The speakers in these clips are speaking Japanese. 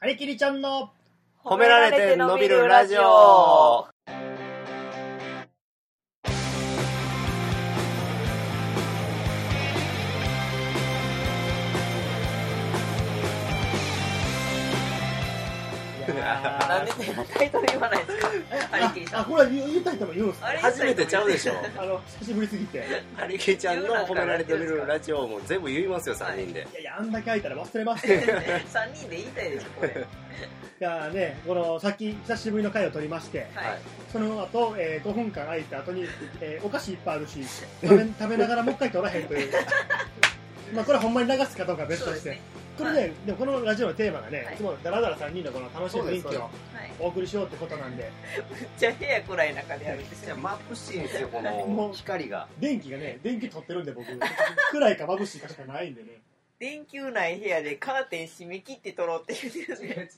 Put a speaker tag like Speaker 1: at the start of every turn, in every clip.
Speaker 1: はりきりちゃんの
Speaker 2: 褒められて伸びるラジオ
Speaker 1: いや
Speaker 3: なんでタイトル言わないんですか
Speaker 1: ー
Speaker 3: はりきりさ
Speaker 1: あ
Speaker 3: ん
Speaker 1: これは言う言った人も言うんですか
Speaker 3: あれ
Speaker 2: 初めてちゃう でしょ
Speaker 1: あの久しぶりすぎてい
Speaker 2: ハリケちゃんの褒められてみるラジオも全部言いますよ3人で
Speaker 1: やいやあんだけ空いたら忘れましたよい
Speaker 3: 3人で言いたいでしょこれ
Speaker 1: やーねこのさっき久しぶりの回を撮りまして
Speaker 3: はい
Speaker 1: その後、えー、5分間空いた後に、えーお菓子いっぱいあるし食べ食べながらもう一回撮らへんというまあこれはほんまに流すかどうかは別
Speaker 3: そう
Speaker 1: と
Speaker 3: で
Speaker 1: し
Speaker 3: す
Speaker 1: て、
Speaker 3: ね
Speaker 1: これね、でもこのラジオのテーマがね、
Speaker 3: はい
Speaker 1: い、つもダラダラ3人のこの楽しい雰囲
Speaker 2: そ
Speaker 1: 気
Speaker 2: うです
Speaker 1: を
Speaker 3: はい
Speaker 1: お送りしようってことなんで
Speaker 3: じゃあ部屋暗い中でやるんですよ
Speaker 2: まぶしいんですよこ
Speaker 1: の
Speaker 2: 光が
Speaker 1: 電気がね電気取ってるんで僕暗いか眩しいかしかないんでね
Speaker 3: 電球ない部屋でカーテン閉め切って撮ろうって言ってるんですね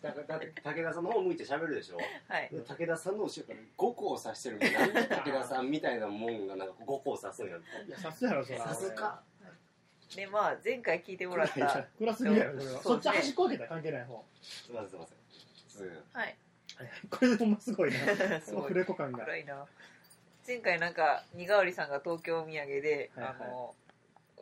Speaker 2: 武田さんの方向いて喋るでしょ
Speaker 3: はい
Speaker 2: で武田さんの後ろから5個を指してるみたいななんで武田さんみたいなもんがなんか5個を指すんや
Speaker 1: いやさすやろそら
Speaker 2: さすか
Speaker 3: でまあ前回聞いてもらった
Speaker 2: 暗
Speaker 1: 暗すぎるやろそれは
Speaker 3: そ
Speaker 1: そうっ
Speaker 3: で
Speaker 1: ち端
Speaker 3: すね
Speaker 1: っこ開けたら関係ない方
Speaker 2: すいませんすいませんす
Speaker 3: はい
Speaker 1: これでほんますごいな
Speaker 3: す
Speaker 1: その
Speaker 3: ごい
Speaker 1: フレコ感が
Speaker 3: 暗いな前回なんかにがおりさんが東京お土産で、
Speaker 1: はいはい
Speaker 3: あの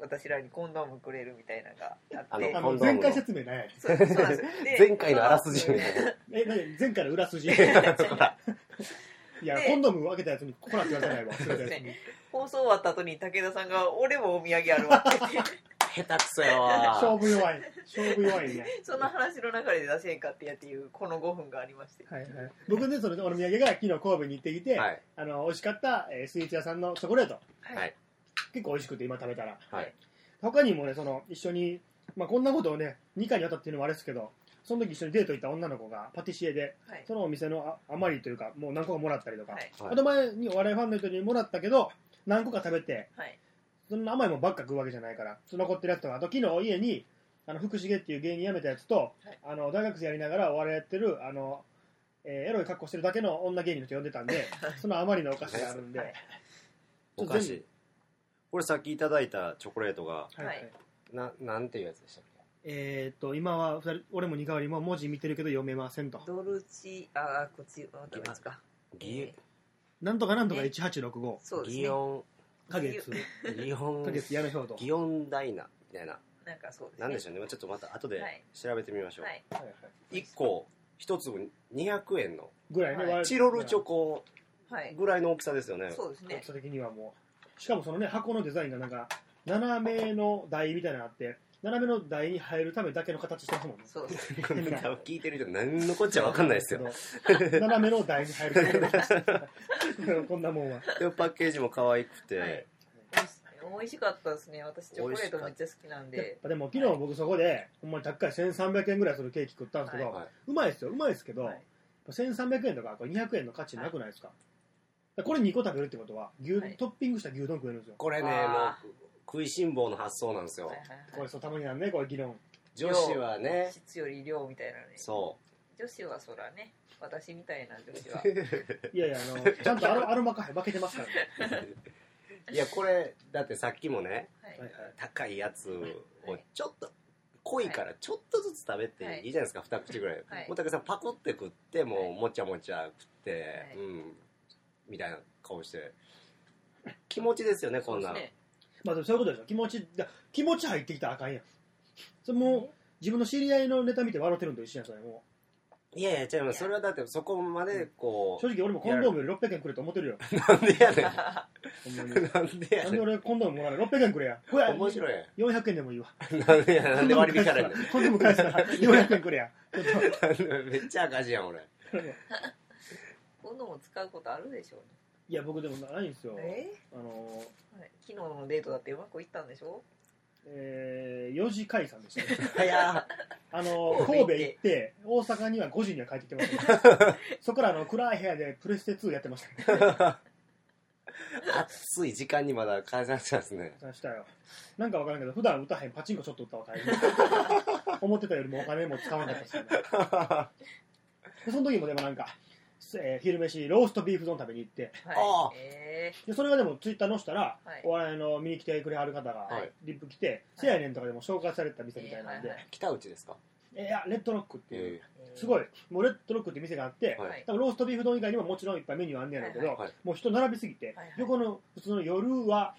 Speaker 3: 私らにコンドームくれるみたいなのがあ
Speaker 2: あ
Speaker 3: って
Speaker 2: の
Speaker 1: あの
Speaker 2: 今度は
Speaker 1: 前回説明ない
Speaker 3: そうそうなんですよで
Speaker 2: 前回のあらすじみたい な
Speaker 1: え何前回の裏筋い や
Speaker 3: で
Speaker 1: コンドーム開けたやつにコラって言わせないわ忘れたやつ
Speaker 3: そう
Speaker 1: に
Speaker 3: 放送終わった後に武田さんが「俺もお土産あるわ」って言って
Speaker 2: 下手くそや
Speaker 1: 勝
Speaker 2: わ
Speaker 1: 負弱い勝負弱いね
Speaker 3: その話の中で出せんかってやっていうこの5分がありまして
Speaker 1: はいはい、僕ねそのお土産が昨日神戸に行ってきて、
Speaker 2: はい
Speaker 1: あの美味しかった、えースイーツ屋さんのチョコレート
Speaker 2: はい
Speaker 1: 結構美味しくて今食べたら
Speaker 2: はい
Speaker 1: 他にもねその一緒に、まあ、こんなことをね2回にわたっていうのもあれですけどその時一緒にデート行った女の子がパティシエで
Speaker 3: はい
Speaker 1: そのお店のあ余りというかもう何個かもらったりとか、
Speaker 3: はい
Speaker 1: あと前にお笑いファンの人にもらったけど何個か食べて
Speaker 3: はい
Speaker 1: そんな甘いもんばっか食うわけじゃないからその残ってるやつとかあと昨日家にあの福重っていう芸人辞めたやつと、
Speaker 3: はい
Speaker 1: あの大学生やりながらお笑いやってるあの、えーエロい格好してるだけの女芸人の人呼んでたんでその余りのお菓子があるんで、
Speaker 3: はい
Speaker 2: お菓子これさっきいただいたチョコレートが
Speaker 1: はいはい
Speaker 2: ななんていうやつでしたっ
Speaker 1: えーっと今は二人俺も似わりも文字見てるけど読めませんと
Speaker 3: ドルチあこっちあダメですか
Speaker 2: けギ
Speaker 1: なんとかなんとか
Speaker 3: ね
Speaker 1: 1865
Speaker 3: そうですね
Speaker 2: ギオ
Speaker 1: 影月
Speaker 2: ンギオ
Speaker 1: 影
Speaker 2: ン
Speaker 1: 月矢野表と
Speaker 2: ギオンダイナみたいな
Speaker 3: なんかそうですね
Speaker 2: なんでしょうねちょっとまた後で
Speaker 3: はい
Speaker 2: 調べてみましょう、
Speaker 3: はい
Speaker 1: はいはい
Speaker 2: 一1個1粒200円の
Speaker 1: ぐらいね、
Speaker 3: はい
Speaker 1: 割
Speaker 2: チロルチョコ
Speaker 3: はい
Speaker 2: ぐらいの大きさですよね
Speaker 3: そうです
Speaker 1: 大
Speaker 3: ね
Speaker 1: きさ的にはもうしかもそのね箱のデザインがなんか斜めの台みたいなのあって斜めの台に入るためだけの形してますもんね
Speaker 3: そうですね
Speaker 2: 多分聞いてる人何のこっちゃ分かんないですよ
Speaker 1: 斜めの台に入るための こんなもんは
Speaker 2: でもパッケージも可愛くて、
Speaker 3: はい美味しかったですね私チョコレートめっちゃ好きなん
Speaker 1: やっ
Speaker 3: で
Speaker 1: ぱでも昨日僕そこでほんまに高い1300円ぐらいするケーキ食ったんですけど、
Speaker 2: はいう
Speaker 1: まいですようまいですけど、
Speaker 3: はい
Speaker 1: 1300円とかこれ200円の価値なくないですか、これ2個食べるってことは牛、
Speaker 3: はい
Speaker 1: トッピングした牛丼食えるんですよ
Speaker 2: これねも
Speaker 3: あ
Speaker 2: う食いしん坊の発想なんですよ、
Speaker 3: はいはい
Speaker 1: こ
Speaker 3: は
Speaker 1: れそうたまになんねこれ議 論
Speaker 2: 女子はね
Speaker 3: い質より量みたいなね
Speaker 2: そ
Speaker 3: 女子はそらね私みたいな女 子は
Speaker 2: う
Speaker 1: いやいやあのちゃんとアロアロマカフェ負けてますからね
Speaker 2: いやこれだってさっきもね
Speaker 3: はい
Speaker 1: はいはい
Speaker 2: 高いやつをちょっと濃いからちょっとずつ食べていいじゃないですか、二口ぐらい、
Speaker 3: はい
Speaker 2: 大竹さんパクって食ってもう、
Speaker 3: はい
Speaker 2: もちゃもちゃ食って、
Speaker 3: はい
Speaker 2: うんみたいな顔して気持ちですよねこんなん、
Speaker 3: そうですね
Speaker 1: まあでもそういうことでしょ気持ちだ気持ち入ってきたらあかんやんそれ もう自分の知り合いのネタ見て笑ってるんと一緒やんそれも
Speaker 2: いやいや違いますそれはだってそこまで
Speaker 1: う
Speaker 2: こ
Speaker 1: 正直俺もコンドームより600円くれと思ってるよ
Speaker 2: う、なんでやねん
Speaker 1: ほんまに
Speaker 2: なんでや
Speaker 1: なん
Speaker 2: ね
Speaker 1: で俺コンドームもらうの600円くれやこれ
Speaker 2: ん面白い
Speaker 1: 400円でもいいわ
Speaker 2: なんでや なんで割引から ねん
Speaker 1: コンドーム返すから400円くれやちょっと
Speaker 2: なんでめっちゃ赤字やん俺
Speaker 3: 今度も使うことあるでしょ
Speaker 1: いや僕でもないんですよ
Speaker 3: うね
Speaker 1: あの
Speaker 3: えはい昨日のデートだってうまくいったんでしょ
Speaker 1: えー4時解散でしたね
Speaker 2: 早
Speaker 1: あの神戸行って大阪には5時には帰ってきてました、 そこからあの暗い部屋でプレステ2やってましたね
Speaker 2: 暑い時間にまだ解散したんですね
Speaker 1: したよなんかわからんけど普段打たへんパチンコちょっと打ったわ大変思ってたよりもお金も使わなかったし、ね、
Speaker 2: あ
Speaker 1: でその時もでもなんか、えー昼飯ローストビーフ丼食べに行って
Speaker 2: ああ
Speaker 3: はいえ
Speaker 1: でそれがでもツイッター載せたら、
Speaker 3: はい
Speaker 1: お笑いの見に来てくれはる方が
Speaker 2: はい
Speaker 1: リップ来て「せやねん」とかでも紹介されてた店みたいなんで、
Speaker 3: はいはい
Speaker 2: 北内ですか
Speaker 1: えーいやレッドロックっていう、
Speaker 2: え
Speaker 1: すご
Speaker 4: い
Speaker 1: いもうレッドロックって店があって、
Speaker 2: はい
Speaker 1: 多分ローストビーフ丼以外にももちろんいっぱいメニューあんねやろうけど、
Speaker 2: ーはい
Speaker 1: もう人並びすぎて、
Speaker 4: はいはい
Speaker 1: 横の普通の夜は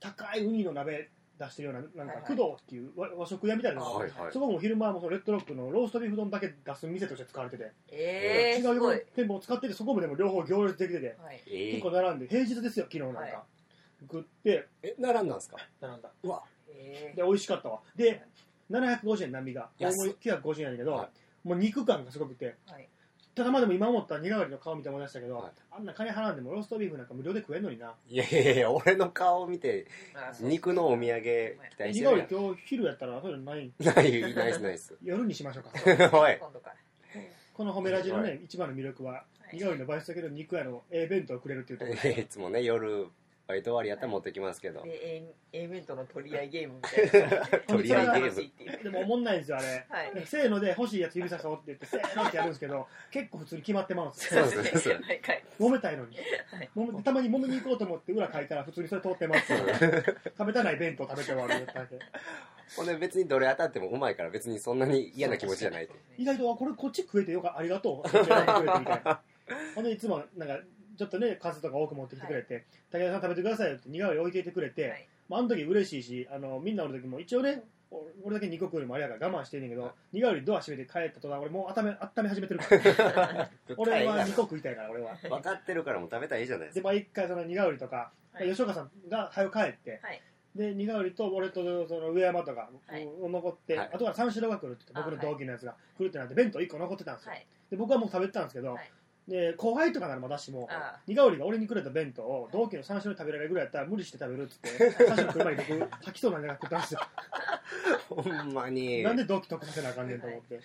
Speaker 1: 高いウニの鍋出してるようななん
Speaker 4: はい
Speaker 1: か
Speaker 4: はい
Speaker 1: 工藤っていう和和食屋みたいなのがあって
Speaker 2: はいはい
Speaker 1: そこも昼間はもうそのレッドロックのローストビーフ丼だけ出す店として使われてて、
Speaker 4: ええ
Speaker 1: 違
Speaker 4: す
Speaker 1: う横
Speaker 4: ご
Speaker 1: の
Speaker 4: い、
Speaker 1: 店舗も使っててそこもでも両方行列できてて、
Speaker 4: はい、
Speaker 2: え
Speaker 1: 結
Speaker 2: ー
Speaker 1: 構並んで平日ですよ昨日なんか、
Speaker 4: はい
Speaker 1: 食って
Speaker 2: え並んだんですか
Speaker 1: 並んだ
Speaker 2: うわ
Speaker 4: え
Speaker 1: で美味しかったわで750円並みが大
Speaker 2: 安
Speaker 1: 盛り950円やねんけど、
Speaker 2: は
Speaker 1: もう肉感がすごくて
Speaker 4: ーはい、
Speaker 1: ただまあでも今思ったら苦がりの顔見て思い出したけど、
Speaker 2: はい
Speaker 1: あんな金払うんでもローストビーフなんか無料で食えんのにない
Speaker 2: やいやいや俺の顔を見て
Speaker 4: まあそう
Speaker 2: 肉のお土産期待
Speaker 1: 苦
Speaker 2: して
Speaker 1: がり
Speaker 2: る
Speaker 1: 今日昼やったらそういうのない
Speaker 2: やんないないですないです
Speaker 1: 夜にしましょうか
Speaker 2: おい
Speaker 4: 今度から
Speaker 1: この褒めラジのね、
Speaker 2: は
Speaker 1: 一番の魅力は
Speaker 4: はい
Speaker 1: 苦がりのバイトだけど肉屋のええ弁当をくれるっていうところ
Speaker 2: いつもね夜バイト終わりやったら持ってきますけど、
Speaker 4: で A, A メントの取り合いゲームみたいな
Speaker 2: 取り合いゲーム
Speaker 4: 楽しいっていう
Speaker 1: でも思んないんですよあれ
Speaker 4: はい
Speaker 1: なんかせーので欲しいやつ指さしておって言ってせーのってやるんですけど結構普通に決まってまうんです
Speaker 2: そ
Speaker 1: よ
Speaker 2: うそうそうそう
Speaker 4: 毎回
Speaker 1: 揉めたいのに、
Speaker 4: はい
Speaker 1: 揉めたまに揉めに行こうと思って裏書いたら普通にそれ通ってますよ食べたない弁当食べて終わるだけ
Speaker 2: ほんで別にどれ当たってもうまいから別にそんなに嫌な気持ちじゃないって
Speaker 1: 意外とあこれこっち食えてよかありがとうこっ ち食えてみたいなほんでいつもなんかちょっとね数とか多く持ってきてくれて「武田さん食べてくださいよ」って苦いを置いていてくれて、
Speaker 4: はい
Speaker 1: まあ、あの時嬉しいしあのみんなおる時も一応ねお俺だけ2個食うのもあれやから我慢してんねんけど苦いよりドア閉めて帰った途端俺もう温め温め始めて るから 俺は2個食いたいから俺は
Speaker 2: 分かってるからもう食べたらいいじゃないで
Speaker 1: です
Speaker 2: か
Speaker 1: 毎回その苦いよりとか、
Speaker 4: はい
Speaker 1: 吉岡さんが早く帰って、
Speaker 4: はい
Speaker 1: で苦いよりと俺とその上山とか
Speaker 4: はい
Speaker 1: も残って、
Speaker 2: はい
Speaker 1: あとは三四郎が来るって言って僕の同期のやつが来るってなって弁当1個残ってたんですよ、
Speaker 4: はい
Speaker 1: で僕はもう食べてたんですけど、
Speaker 4: はい
Speaker 1: で後輩とかならまだしも
Speaker 4: あ
Speaker 1: 苦織が俺にくれた弁当を同期の三種類食べられるぐらいやったら無理して食べるっつって 三種類来る前に僕吐きそうなんじゃなくったんですよ
Speaker 2: ほんまに
Speaker 1: なんで同期得させなあかんねんと思って、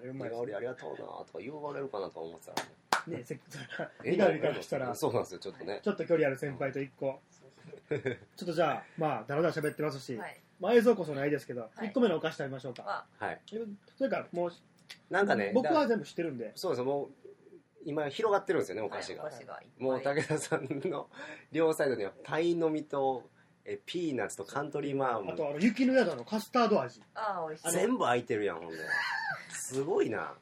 Speaker 1: あれうまい
Speaker 2: 苦織ありがとうなとか言われるかなとは思ってたらね
Speaker 1: ねせっかく苦織からしたらち
Speaker 2: そうなんですよちょっとね
Speaker 1: ょっと距離ある先輩と一個ちょっとじゃあまあだらだら喋ってますし、
Speaker 4: はい
Speaker 1: まあ、映像こそないですけど、
Speaker 4: はい
Speaker 1: 一個目のお菓子食べましょうか
Speaker 4: あ
Speaker 2: はい
Speaker 1: えそれからもう
Speaker 2: なんかね
Speaker 1: 僕
Speaker 2: だか
Speaker 1: は
Speaker 2: ら
Speaker 1: 全部知ってるんで
Speaker 2: そうですもう今広がってるんですよねお菓子が、
Speaker 4: はいお菓子がいっぱい
Speaker 2: もう武田さんの両サイドにはパイの実とえピーナッツとカントリーマー
Speaker 1: あ
Speaker 2: ム
Speaker 1: とあの雪の宿のカスタード味
Speaker 4: あー美味しそう
Speaker 2: 全部空いてるやんほんですごいな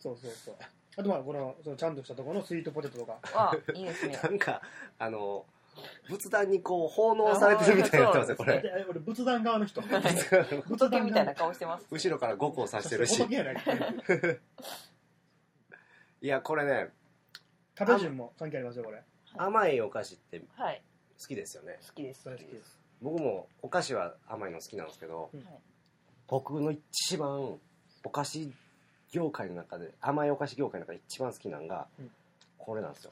Speaker 1: そうそうそうあとまあこのそのちゃんとしたところのスイートポテトとか
Speaker 4: あいい ですね
Speaker 2: なんかあの仏壇にこう奉納されてるみたいになってますよこれ
Speaker 1: で俺仏壇側の人仏壇
Speaker 4: 仏
Speaker 1: 側
Speaker 4: みたいな顔してます
Speaker 2: 後ろから5個刺してるし
Speaker 1: お化けやない
Speaker 2: いやこれね
Speaker 1: 食べ順も関係ありますよこれ
Speaker 2: 甘いお菓子って好
Speaker 4: はい
Speaker 2: きですよね
Speaker 4: 好きです好
Speaker 1: 大好き
Speaker 4: き
Speaker 1: で
Speaker 4: ですす
Speaker 2: 僕もお菓子は甘いの好きなんですけど、
Speaker 1: うん
Speaker 2: 僕の一番お菓子業界の中で甘いお菓子業界の中で一番好きなのが、
Speaker 1: うん
Speaker 2: これなんですよ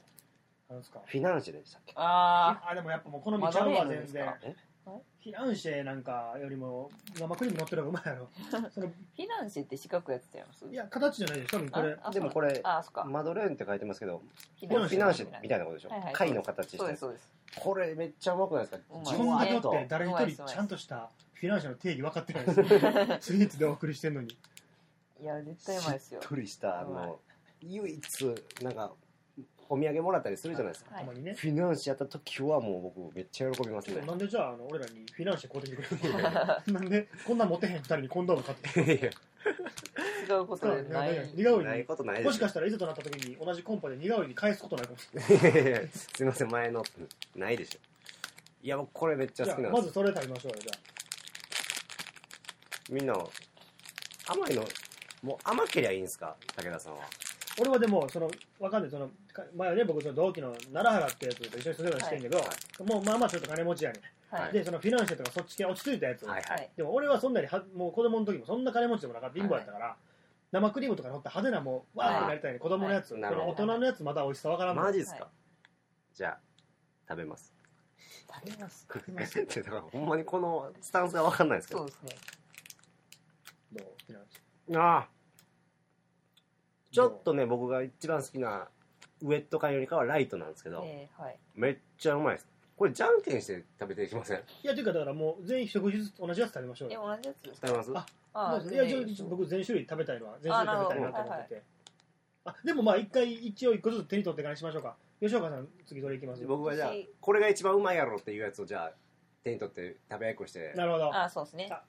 Speaker 1: なんですか
Speaker 2: フィナンシェでしたっけ
Speaker 4: あ
Speaker 1: あでもやっぱもう好みちゃうわ
Speaker 4: マドレーヌ
Speaker 1: 全
Speaker 4: です
Speaker 1: 然
Speaker 4: か
Speaker 2: え
Speaker 1: フィナンシェなんかよりも生クリーム乗ってる方がうまいやろその
Speaker 4: ーフィナンシェって四角いやつちゃいます
Speaker 1: いや形じゃないです多分これ
Speaker 4: ああ
Speaker 2: でもこれ
Speaker 4: あそっか
Speaker 2: マドレーヌって書いてますけど
Speaker 4: フ
Speaker 2: これフィナンシェみた
Speaker 4: い
Speaker 2: いなことでしょ、
Speaker 4: はいはい
Speaker 2: 貝の形して
Speaker 4: そうで
Speaker 2: る
Speaker 4: すそうです
Speaker 2: これめっちゃうまくないですか
Speaker 4: うまい
Speaker 1: こ
Speaker 2: じ
Speaker 1: ん
Speaker 2: わ
Speaker 1: な
Speaker 2: ー
Speaker 1: 人
Speaker 2: っ
Speaker 1: っ
Speaker 2: と
Speaker 1: て誰一人ちゃんとしたフィナンシェの定義分かってないですよスイーツでお送りしてんのに
Speaker 4: いや絶対うまいです
Speaker 2: しっ
Speaker 4: よ
Speaker 2: とりしたあの唯一なんかお土産もらったりするじゃないですか、
Speaker 1: たまにね
Speaker 2: フィナンシェやった時はもう僕めっちゃ喜びますね
Speaker 1: なんでじゃああの俺らにフィナンシェ買うてきてくれるの なんでこんなん持てへん二人にコンドーム買ってきて
Speaker 2: いや
Speaker 4: 違うことでない
Speaker 1: 苦いに
Speaker 2: ないことないで
Speaker 1: もし
Speaker 2: す
Speaker 1: かしたらいざとなった時に同じコンパで苦いに返すことないかもしれ ない。
Speaker 2: いやいやすいません前のないでしょいや僕これめっちゃ
Speaker 1: じ
Speaker 2: 好
Speaker 1: ゃ
Speaker 2: きな
Speaker 1: あ
Speaker 2: んで
Speaker 1: ますず
Speaker 2: よ
Speaker 1: それ食べましょうよ、じゃ
Speaker 2: みんな甘いのもう甘けりゃいいんですか武田さんは
Speaker 1: あ。俺はでも、その、わかんない、その、か前はね、僕、その同期の奈良原ってやつと一緒にするようにしてんけど、
Speaker 2: はい
Speaker 1: もうまあまあちょっと金持ちやね
Speaker 4: は
Speaker 1: ん。
Speaker 4: い
Speaker 1: で、そのフィナンシェとかそっち系落ち着いたやつ。
Speaker 2: はいはい
Speaker 1: でも俺はそんなには、もう子供の時もそんな金持ちでもなかった、貧乏やったから、生クリームとか乗った派手なもう、わーってなりたいね、子供のやつ。
Speaker 2: はい
Speaker 1: この大人のやつまだ美味しさわからんもん
Speaker 2: マジですか、
Speaker 4: は
Speaker 2: じゃあ食べます
Speaker 4: 食べます
Speaker 2: ってだからほんまにこのスタンスが分かんないですけ
Speaker 4: そう
Speaker 2: ど
Speaker 4: ですね
Speaker 1: どうフィナンシェ
Speaker 2: ああちょっとね僕が一番好きなウェット感よりかはライトなんですけど、
Speaker 4: えーはい
Speaker 2: めっちゃうまいですこれじゃんけんして食べていきません
Speaker 1: いや、というかだからもう全員一口ずつ同じやつ食べましょう
Speaker 4: え
Speaker 1: よ。
Speaker 4: 同じやつですか
Speaker 2: 食べます
Speaker 1: あ
Speaker 4: あ
Speaker 1: ま
Speaker 4: ー
Speaker 1: あいや、
Speaker 4: 全然い
Speaker 1: 一応
Speaker 4: いです
Speaker 1: 僕全種類食べたいのは全種類食べたいなと思
Speaker 4: あな
Speaker 1: っ
Speaker 4: る
Speaker 1: ててあ,、でもまあ一回一応一個ずつ手に取ってからにしましょうか吉岡さん次どれいきます
Speaker 2: 僕はじゃあ
Speaker 4: 私
Speaker 2: これが一番うまいやろっていうやつをじゃあ手に取って食べやくして
Speaker 1: なるほど
Speaker 4: あーそうですね
Speaker 1: あ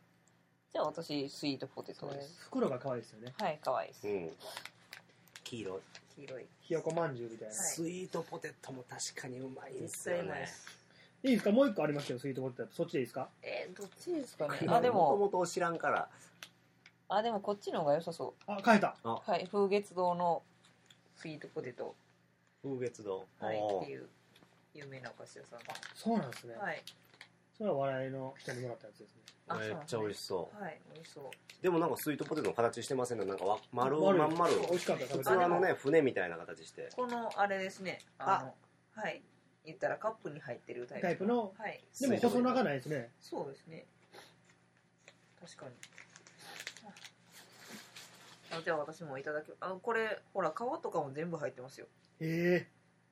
Speaker 3: じゃあ私、スイートポテトです。
Speaker 1: 袋が可愛いですよね
Speaker 3: はい、可愛いです。
Speaker 2: うん。黄色い。
Speaker 3: 黄色い。
Speaker 1: ひよこまんじゅうみたいな、
Speaker 3: はい
Speaker 2: スイートポテトも確かにうまいで
Speaker 4: 実
Speaker 2: すよ
Speaker 4: 際
Speaker 2: ね。
Speaker 4: ね。
Speaker 1: い、いですかもう一個ありますよスイートポテトそっちでいいですか
Speaker 3: えー、どっちですかね
Speaker 2: こ。れ
Speaker 3: あ、で
Speaker 2: もと
Speaker 3: も、
Speaker 2: もと知らんから。
Speaker 3: あ、でもこっちの方が良さそ
Speaker 1: あ変えた
Speaker 3: う。はい、風月堂のスイートポテト。
Speaker 2: 風月堂。
Speaker 3: はい、
Speaker 2: お
Speaker 3: っ
Speaker 2: ー
Speaker 3: ていう有名なお菓子屋さんで
Speaker 1: そうなんですね、
Speaker 3: す。はい。
Speaker 1: それは笑いの人にもらったやつですね
Speaker 3: あ
Speaker 2: めっちゃ美味しそう。
Speaker 3: はい、美味しそう。
Speaker 2: でもなんかスイートポテトの形してませんね。なんかわ丸、
Speaker 1: 丸い
Speaker 2: まん丸。
Speaker 1: 美味しかった食
Speaker 2: 普
Speaker 1: べ
Speaker 2: 通
Speaker 1: た
Speaker 3: あ
Speaker 2: は
Speaker 3: で
Speaker 2: あ
Speaker 3: も
Speaker 2: のね、船みたいな形して。
Speaker 3: この、あれですね。あの、はい。言ったらカップに入ってるタイプ。
Speaker 1: タイプの
Speaker 3: はい。
Speaker 1: でも細長ないですね
Speaker 3: そうですね。確かに。あじゃあ私もいただきあこれほら皮とかも全部入ってますよ
Speaker 1: え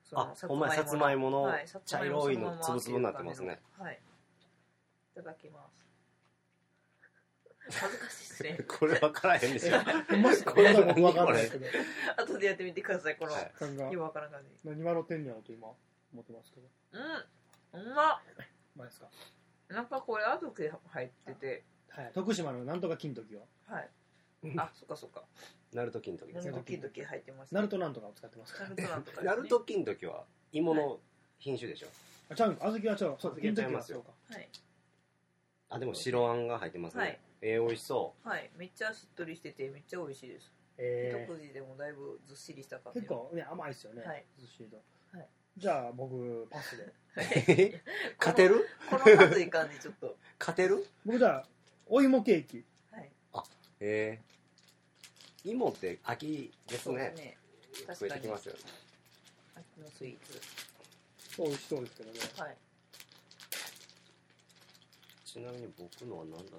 Speaker 3: そ
Speaker 2: あ
Speaker 3: の、
Speaker 2: ほんまやさつまいもの
Speaker 3: はいさつ
Speaker 2: 茶
Speaker 3: まいも
Speaker 2: 色い
Speaker 3: そ
Speaker 2: の
Speaker 3: まま
Speaker 2: つぶつぶになってますね。
Speaker 3: はいいただきます恥ずかしいですね
Speaker 2: これ分からへんでしょ。
Speaker 1: えー、も しこれだも分かんないですけど
Speaker 3: 後でやってみてくださいこの、
Speaker 2: はい
Speaker 1: なんか
Speaker 3: よくわからん感じ
Speaker 1: 何笑ってんねやろと今思ってますけど
Speaker 3: うんうまっ
Speaker 1: まあですか
Speaker 3: なんかこれ後で入ってて
Speaker 1: はい徳島のなんとか金時は
Speaker 3: はいあそっかそっか
Speaker 2: ナルト金時です
Speaker 3: 何
Speaker 2: ね
Speaker 3: かキドキ入ってます、
Speaker 1: ナルトなんとかを使ってますか
Speaker 3: ナルトなんとかですね
Speaker 2: ナルト金時は芋の品種でしょ。
Speaker 1: あちゃうんか小豆はちゃうそう
Speaker 2: 小豆
Speaker 1: 金
Speaker 2: はちゃい
Speaker 1: 時
Speaker 2: ま
Speaker 1: は
Speaker 2: す
Speaker 1: そう
Speaker 2: よ
Speaker 1: か
Speaker 3: はい
Speaker 2: あ、でも白あんが入ってます
Speaker 3: はい
Speaker 2: ね。えー、美味しそ
Speaker 3: はい、めっちゃしっとりしててめっちゃ美味しいです、
Speaker 1: え
Speaker 3: 一口でもだいぶずっしりした感
Speaker 1: ー、
Speaker 3: じ
Speaker 1: 結構ね甘いですよね、
Speaker 3: はい
Speaker 1: ずっしりと、
Speaker 3: はい
Speaker 1: じゃあ僕パスで
Speaker 2: う。勝てる
Speaker 3: このまずい感じちょっと
Speaker 2: 勝てる
Speaker 1: 僕じゃあお芋ケーキ
Speaker 3: はい
Speaker 2: えー、芋って秋です
Speaker 3: そうです
Speaker 2: ね。
Speaker 3: ね
Speaker 2: 増
Speaker 3: 確
Speaker 2: え
Speaker 3: か
Speaker 2: てき
Speaker 3: に
Speaker 2: ますよね。
Speaker 3: 秋のスイーツ
Speaker 1: 美味しそうですけどね
Speaker 3: はい
Speaker 2: ちなみに僕のは何だっ
Speaker 3: あ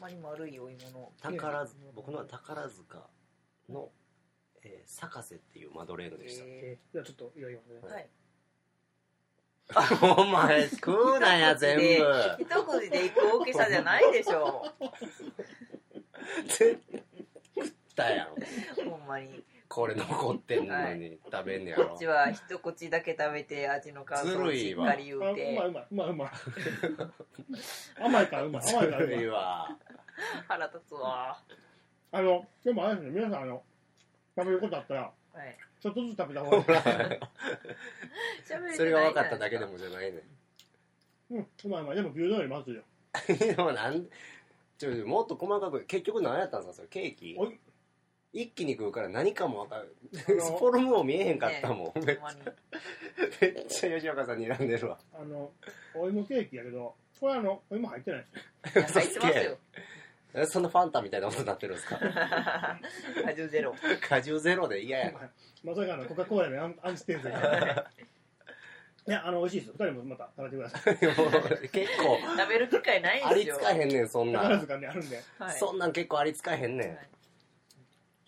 Speaker 3: まり丸いお芋の
Speaker 2: たの宝塚
Speaker 3: いや
Speaker 2: 僕のは宝塚の、えー、サカセっていうマドレーヌでした。
Speaker 3: え
Speaker 1: えー、じゃあちょっといよいよね
Speaker 3: ーはい
Speaker 2: お前、食うなや、全部。
Speaker 3: 一口でいく大きさじゃないでしょ
Speaker 2: 絶対やろ。
Speaker 3: うほんまに
Speaker 2: これ残ってんのに食べんねやろ。
Speaker 3: こっちは一口だけ食べて味の感想をしっかり言
Speaker 1: あうま
Speaker 3: う
Speaker 1: い
Speaker 3: て
Speaker 1: うまいうまいう まい甘いからうまい甘いからうま
Speaker 2: ずる
Speaker 1: い
Speaker 2: いわ。
Speaker 3: 腹立つわ
Speaker 1: あのでもあれですね皆さんあの食べることあったら
Speaker 3: はい
Speaker 1: ちょっとずつ食べた
Speaker 2: ほ
Speaker 1: 方がいい
Speaker 2: ら、
Speaker 3: 喋れてない
Speaker 2: それが分かっただけでもじゃないね。
Speaker 1: うんうまいうまいでも牛丼よりまずいよ
Speaker 2: でもなん、ちょ、もっと細かく、結局何やったんですか、それ、ケーキ
Speaker 1: おい
Speaker 2: 一気に食うから何かも分かる。
Speaker 1: あ
Speaker 2: フ
Speaker 1: の
Speaker 2: ォルムも見えへんかったもん。
Speaker 3: ほんまに
Speaker 2: めっちゃ吉岡さんに睨んでるわ。
Speaker 1: あのお芋ケーキやけどこれあのお芋入ってないです
Speaker 3: いや入ってますよ
Speaker 2: えそのファンタみたいなことになってるんですか
Speaker 3: 果汁ゼロ
Speaker 2: 果汁ゼロで嫌や
Speaker 1: よ
Speaker 2: な。
Speaker 1: まさかのコカ・コーラのアンアンチテーゼ がいやあの美味しいですよ二人もまた食べてください
Speaker 2: でも結構、
Speaker 3: 食べる機会ない
Speaker 2: あ
Speaker 3: んです
Speaker 2: りつ
Speaker 3: よ
Speaker 2: かへんねん、そんな
Speaker 1: 宝
Speaker 2: ん。
Speaker 1: 塚にあるんで
Speaker 3: はい
Speaker 2: そんなん結構ありつかへんねん。
Speaker 1: ち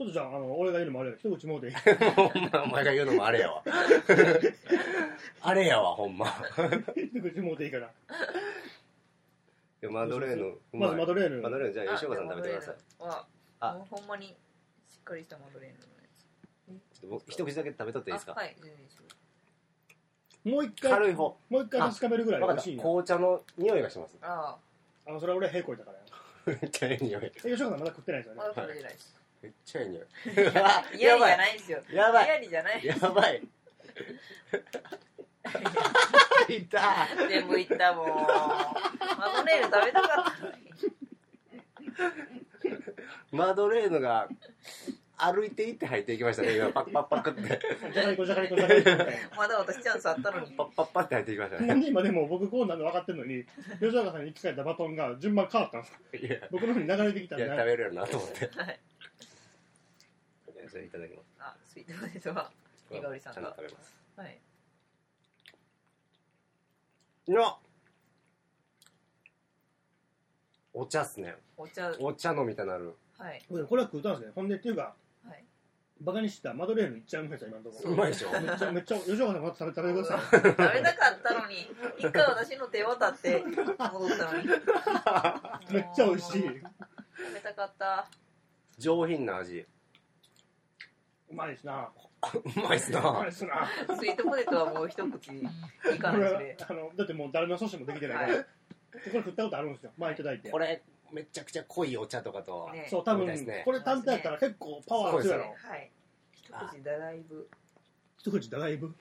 Speaker 1: ょっとじゃああの俺が言うのもあれやけど一口もうていい
Speaker 2: ほんま、お前が言うのもあれやわ。あれやわ、ほんま。
Speaker 1: 一口もうていいから
Speaker 2: いやマドレーヌ、う
Speaker 1: まずマ
Speaker 2: い。
Speaker 1: ドレーヌ
Speaker 2: マドレーヌ、じゃ
Speaker 3: はい
Speaker 2: あ吉岡さん食べてください。
Speaker 3: あマドレーヌは
Speaker 2: あ
Speaker 3: もうほんまにしっかりしたマドレーヌのや
Speaker 2: ちょっと僕一口だけ食べとって
Speaker 3: つ
Speaker 2: いいです
Speaker 3: あ
Speaker 2: か
Speaker 3: はい全然いいですよ
Speaker 1: もう一回
Speaker 2: 軽い方。
Speaker 1: もう一回確かめるぐらい
Speaker 2: わ
Speaker 1: 美
Speaker 2: かっ
Speaker 1: 味
Speaker 2: た。
Speaker 1: しいよ
Speaker 2: 紅茶の匂いがします。
Speaker 3: あ
Speaker 1: あのそれは俺へこいたからよ
Speaker 2: めっちゃいい 匂い。
Speaker 1: え吉岡さんまだ食ってないですよね
Speaker 3: あまだ食べてないです
Speaker 2: めっちゃいい匂い。
Speaker 3: いやいやりじゃないんですよ
Speaker 2: やば
Speaker 3: いや
Speaker 2: い。
Speaker 3: りじゃない
Speaker 2: やばい。いた。
Speaker 3: 全部いったもんマドレーヌ食べたかったのに
Speaker 2: マドレーヌが歩いていって入っていきましたね。今、パッパッパッって。
Speaker 1: じゃがりこじゃがりこじゃがりこみたい
Speaker 3: まだ私チャンスあったのに
Speaker 2: パッパッパって入っていきました
Speaker 1: ななん
Speaker 2: ね。
Speaker 1: で今でも僕こうなるの分かってるのに吉岡さんに行き換えたバトンが順番変わったんですか
Speaker 2: いや、い
Speaker 1: 僕の方に流れてきたんじゃ
Speaker 2: や
Speaker 1: な
Speaker 2: 食
Speaker 1: い
Speaker 2: べるよなと思って。
Speaker 3: はい
Speaker 2: いやそれいただきま
Speaker 3: あスイートポテトは
Speaker 2: す。
Speaker 3: 猪狩さん
Speaker 2: ちゃんと
Speaker 3: が
Speaker 2: 食べます。
Speaker 3: はい
Speaker 2: いやお茶っすね。
Speaker 3: お茶はい
Speaker 2: お茶飲みたなる。
Speaker 3: はい
Speaker 1: これは食うたんですねほんでっていうかバカにしてたマドレーヌいっちゃうめちゃ今のとこ
Speaker 2: うまい でしょ
Speaker 1: めっちゃめっちゃ吉岡さんまた食べ食べてくださ
Speaker 3: 食べたかったのに一回私の手渡って戻ったのに
Speaker 1: い めっちゃ美味しいう
Speaker 3: 食べたかった
Speaker 2: 上品な味。
Speaker 1: まいですな
Speaker 2: うまいっす
Speaker 1: うまい
Speaker 2: な
Speaker 1: で。すな
Speaker 3: スイートポテトはもう一口いか
Speaker 1: こ
Speaker 3: ない
Speaker 1: れ
Speaker 3: で
Speaker 1: は
Speaker 3: すね
Speaker 1: あのだってもう誰の阻止もできてないからこれ食ったことあるんですよ前いただいて
Speaker 2: これ、めちゃくちゃ濃いお茶とかと、
Speaker 3: ね
Speaker 1: そう、多分、
Speaker 2: みたいですね
Speaker 1: これ単体やったら結構パワー強いやろ。
Speaker 3: はい一口でだいぶ
Speaker 1: 一口だいぶ。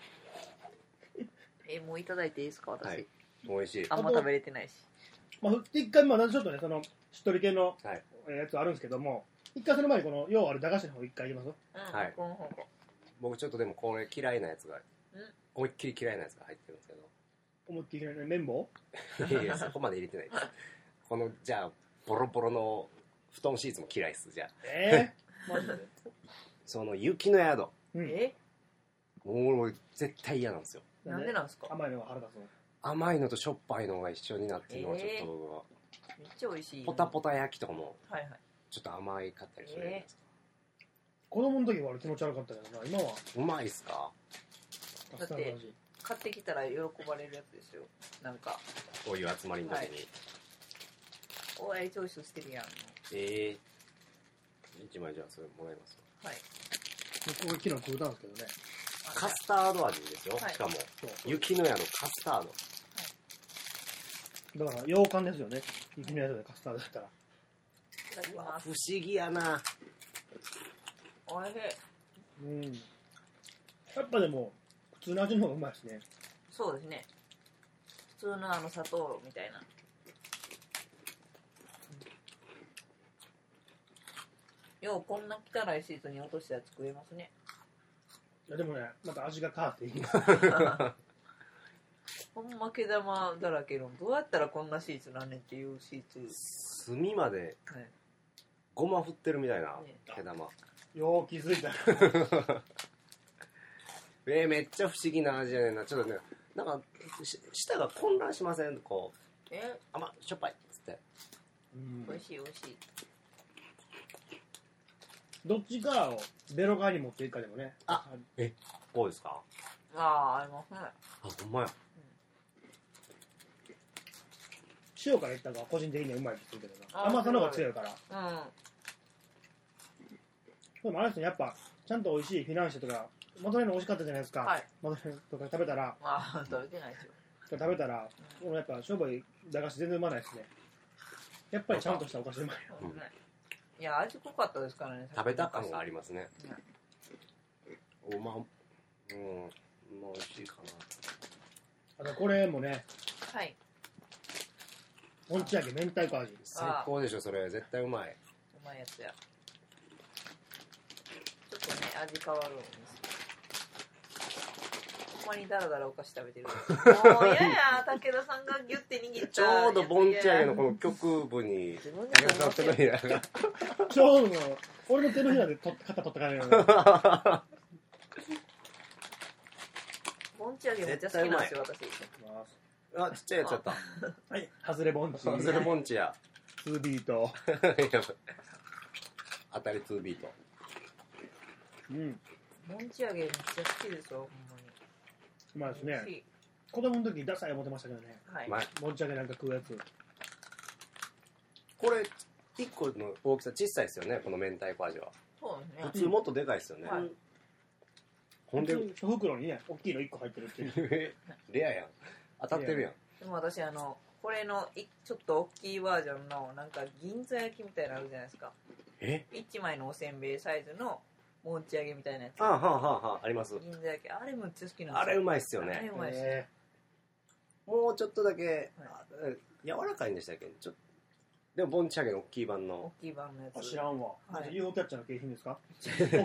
Speaker 3: えもういただいていいですか私、
Speaker 2: はい美味しい。
Speaker 3: あんま食べれてないし
Speaker 1: まあ、一回、まあ、ちょっとね、その、しっとり系の
Speaker 2: はい
Speaker 1: えーやつあるんですけども、一回その前にこの、ようある駄菓子の方一回いきます
Speaker 3: うん、
Speaker 2: はい
Speaker 3: ほんほんほん
Speaker 2: 僕ちょっとでもこれ嫌いなやつが、思いっきり嫌いなやつが入ってるんですけど。
Speaker 1: 思いっきりね、綿棒
Speaker 2: いやいや、そこまで入れてないです。この、じゃあ、ボロボロの布団シーツも嫌いっす、じゃあ。
Speaker 1: ええマジ で。
Speaker 2: その、雪の宿。も
Speaker 1: うん。
Speaker 3: え
Speaker 2: う俺、絶対嫌なんですよ。
Speaker 3: なんでなんですか
Speaker 1: 甘いのが腹立つの。
Speaker 2: 甘いのとしょっぱいのが一緒になってるのはちょっ
Speaker 3: え
Speaker 2: と僕は、
Speaker 3: めっちゃ美味しい
Speaker 2: ポタポタ焼きとかも、
Speaker 3: はいはい
Speaker 2: ちょっと甘いかったりするじゃないですか。
Speaker 1: 子供の時はあれ気持ち悪かったけどな、今は、
Speaker 2: うまいっすか
Speaker 1: カスタード味。
Speaker 3: 買ってきたら喜ばれるやつですよなんか
Speaker 2: こういう集まりの時に。
Speaker 3: おいチョイスしてるやん
Speaker 2: えー、一枚じゃあそれもらいます。
Speaker 3: はい
Speaker 1: 僕は昨日食うたんですけどね。
Speaker 3: あ
Speaker 2: カスタード味ですよ、
Speaker 3: はい
Speaker 2: しかも。
Speaker 1: そう。
Speaker 2: 雪の宿カスタード。
Speaker 1: だから、洋館ですよね。雪のやつでカスタードだったら。
Speaker 3: いただきます
Speaker 2: 不思議やな。
Speaker 3: おいしい
Speaker 1: うん。やっぱでも、普通の味の方がうまいですね。
Speaker 3: そうですね普通のあの砂糖みたいなようこんな汚いシートに落としたやつ食えます ね
Speaker 1: いやでもね、また味が変わっていい。
Speaker 3: ほんま毛玉だらけのどうやったらこんなシーツなんねんっていうシーツ、
Speaker 2: 炭まで
Speaker 3: ね
Speaker 2: ごま振ってるみたいな
Speaker 3: ね
Speaker 2: 毛玉。
Speaker 1: よう気づいた。
Speaker 2: えー、めっちゃ不思議な味やねんな。ちょっとね、なんか、し舌が混乱しませんこう、
Speaker 3: え
Speaker 2: 甘っ、しょっぱいっつって。
Speaker 1: うん
Speaker 3: 美味しい美味しい
Speaker 1: どっちかをベロ側に持っていくかでもね。
Speaker 2: あこうですか
Speaker 3: ああありますね
Speaker 2: あ、ほんまや。
Speaker 1: 塩からいったのが個人的にはうまいって言うけどな。
Speaker 3: あ
Speaker 1: 甘さの方が強いから。
Speaker 3: うん
Speaker 1: でもあれですね、やっぱ、ちゃんと美味しいフィナンシェとか、マドレーヌ美味しかったじゃないですか。
Speaker 3: はい
Speaker 1: マドレーヌとか食べたら、
Speaker 3: ああ食べてないですよ
Speaker 1: 食べたら、でもやっぱ商売駄菓子全然うまないですね。やっぱりちゃんとしたお菓子うまい。
Speaker 2: うん
Speaker 3: いや味濃かったですからね
Speaker 2: 食べた感があ
Speaker 3: り
Speaker 2: りますね。おま、うん、まあ美味しいか
Speaker 1: あとこれもね、
Speaker 3: はい
Speaker 1: ポンチ揚げ明太子 味。
Speaker 2: な。最高でしょ、それ。絶対うまい。
Speaker 3: うまいやつやちょっとね味変わるんですよほんまにダラダラお菓子食べてるもう嫌や武田さんがギュッて握った
Speaker 2: ちょうどボンチャ
Speaker 3: や
Speaker 2: ゲのこの局部に、
Speaker 3: 自分で
Speaker 2: 竹田さん手のひらが。
Speaker 1: ちょうどの、俺の手のひらで取っ肩取ったからね。
Speaker 3: ボンチ揚げめっちゃ好きなんですよ私
Speaker 2: あ、ちっちゃいやつやった。
Speaker 1: はい、ハズレボンチ。
Speaker 2: それボンチや。
Speaker 1: ツービート。
Speaker 2: 当たり2ビート。
Speaker 1: うん。
Speaker 3: ボンチ揚げめっちゃ好きです
Speaker 1: う
Speaker 3: よ
Speaker 1: ま
Speaker 3: ほ
Speaker 1: い
Speaker 3: んまに
Speaker 1: ですね。子供の時ダサい思ってましたけどね。
Speaker 3: はい、
Speaker 2: まあ
Speaker 1: ボンチ揚げなんか食うやつ。
Speaker 2: これ、1個の大きさ小さいですよね、この明太子味は。
Speaker 3: そうです
Speaker 2: 普
Speaker 3: ね
Speaker 2: 通もっとでかいですよね。
Speaker 3: はい
Speaker 2: ほんで、
Speaker 1: 小袋にね、大きいの1個入ってるっていう。
Speaker 2: レアやん。当たってるやん。
Speaker 3: でも私あのこれのいちょっと大きいバージョンのなんか銀座焼きみたいなのあるじゃないですか
Speaker 2: え
Speaker 3: 一枚のおせんべいサイズのもんち揚げみたいなやつ
Speaker 2: あはあはあはあ、あります。
Speaker 3: 銀座焼きあれめっちゃ好きなん
Speaker 2: あれう
Speaker 3: ま
Speaker 2: まいっすよ
Speaker 3: あれ
Speaker 2: ね。
Speaker 3: うまいです、
Speaker 1: え
Speaker 2: もうちょっとだけ、
Speaker 3: はい
Speaker 2: あえ柔らかいんでしたっけちょっとでも、ボンチャゲの大きい版の
Speaker 3: 大。きい版のや
Speaker 1: ー
Speaker 3: つ
Speaker 1: 知らんわ。
Speaker 3: はい
Speaker 1: UFO キャッチャーの景品ですか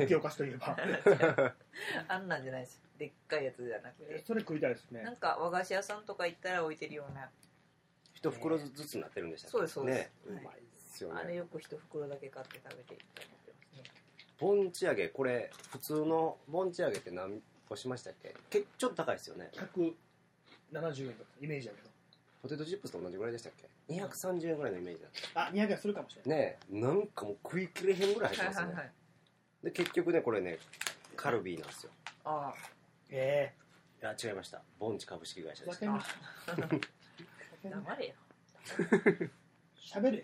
Speaker 1: 大きいお菓子といえ ば。
Speaker 3: あんなんじゃないですでっかいやつじゃなくて
Speaker 1: それ食いたいです
Speaker 3: な
Speaker 1: ね
Speaker 3: ん。か和菓子屋さんとか行ったら置いてるような
Speaker 2: 一袋ずつになってるんでしたっけ
Speaker 3: そうですそうです
Speaker 2: ね。う
Speaker 3: はい
Speaker 2: まいっすよ
Speaker 3: あれ
Speaker 2: ね。
Speaker 3: よく一袋だけ買って食べていただいてますね
Speaker 2: ボンチャゲ、これ、普通のボンチャゲって何個しましたっけけちょっと高いですよね。
Speaker 1: 170円とか、イメージだけど。
Speaker 2: ポテトチップスと同じぐらいでしたっけ ?230円ぐらいのイメージだった。
Speaker 1: あ、200円するかもしれない。
Speaker 2: ねえ、なんかもう食い切れへんぐらい入って
Speaker 3: は
Speaker 2: ま
Speaker 3: いはい
Speaker 2: す
Speaker 3: は
Speaker 2: ね。
Speaker 3: い
Speaker 2: で、結局ね、これね、カルビーなんですよ。
Speaker 3: あ
Speaker 1: え
Speaker 2: いや、違いました。ボンチ株式会社
Speaker 1: え
Speaker 2: で
Speaker 1: ふざ
Speaker 2: し
Speaker 1: け
Speaker 2: た。
Speaker 1: んな。
Speaker 3: あ黙れよ
Speaker 1: 喋れ。黙れ、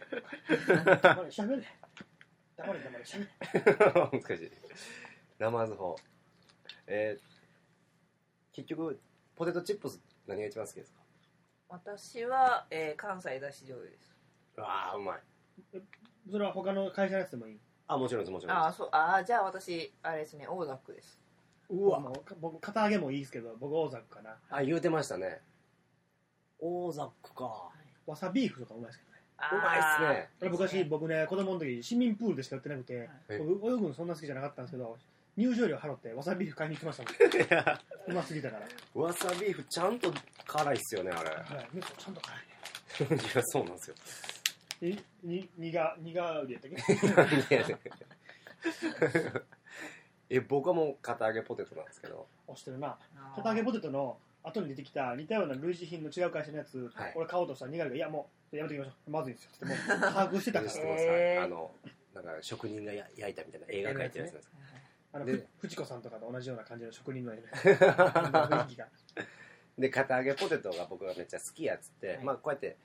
Speaker 1: 喋れ。黙れ、黙れ、喋れ。
Speaker 2: 難しい。ラマーズ法。えー、結局、ポテトチップス何が一番好きです
Speaker 3: 私は、えー関西だし醤油です
Speaker 2: かわあ、うまい。
Speaker 1: それは他の会社のやつでもいい
Speaker 2: あ、もちろんです、もちろん
Speaker 3: あ
Speaker 2: で
Speaker 3: あ、そう、ああ、じゃあ私、あれですね、オーザックです。
Speaker 1: うわ僕肩上げもいいですけど僕オーザックかな
Speaker 2: す。あ、言うてましたね。
Speaker 5: オーザック か。
Speaker 1: わさビーフとかうまいですけどね
Speaker 3: あ
Speaker 2: うまいっすね。
Speaker 1: あれ
Speaker 3: いい
Speaker 1: 昔
Speaker 3: っすね
Speaker 1: 僕ね子供の時市民プールでしか売ってなくて
Speaker 2: はい
Speaker 1: 僕泳ぐのそんな好きじゃなかったんですけど入場料払ってわさビーフ買いに行きましたもんうますぎたから、
Speaker 2: わさビーフちゃんと辛いっすよね、あ れ。
Speaker 1: はい、ちゃんと辛い
Speaker 2: いや、そうなんです よ。
Speaker 1: えににがにがうりやったっけ
Speaker 2: なんでやねんえ、僕はもう片揚げポテトなんですけど。
Speaker 1: 押してるな
Speaker 3: あー
Speaker 1: 片揚げポテトの後に出てきた似たような類似品の違う会社のやつ、
Speaker 2: はい
Speaker 1: 俺買おうとしたらにがるがいやもうやめておきましょうまずいんですよってもう把握してたか
Speaker 2: 知
Speaker 1: ら
Speaker 2: ってます、
Speaker 3: へー
Speaker 2: はいあの、なんか職人がや焼いたみたいな映画描いてるやつなんです
Speaker 1: あの
Speaker 2: で
Speaker 1: ふ藤子さんとかと同じような感じの職人のような 雰囲気が
Speaker 2: で片揚げポテトが僕がめっちゃ好きやっつって、
Speaker 3: はい
Speaker 2: まあこうやって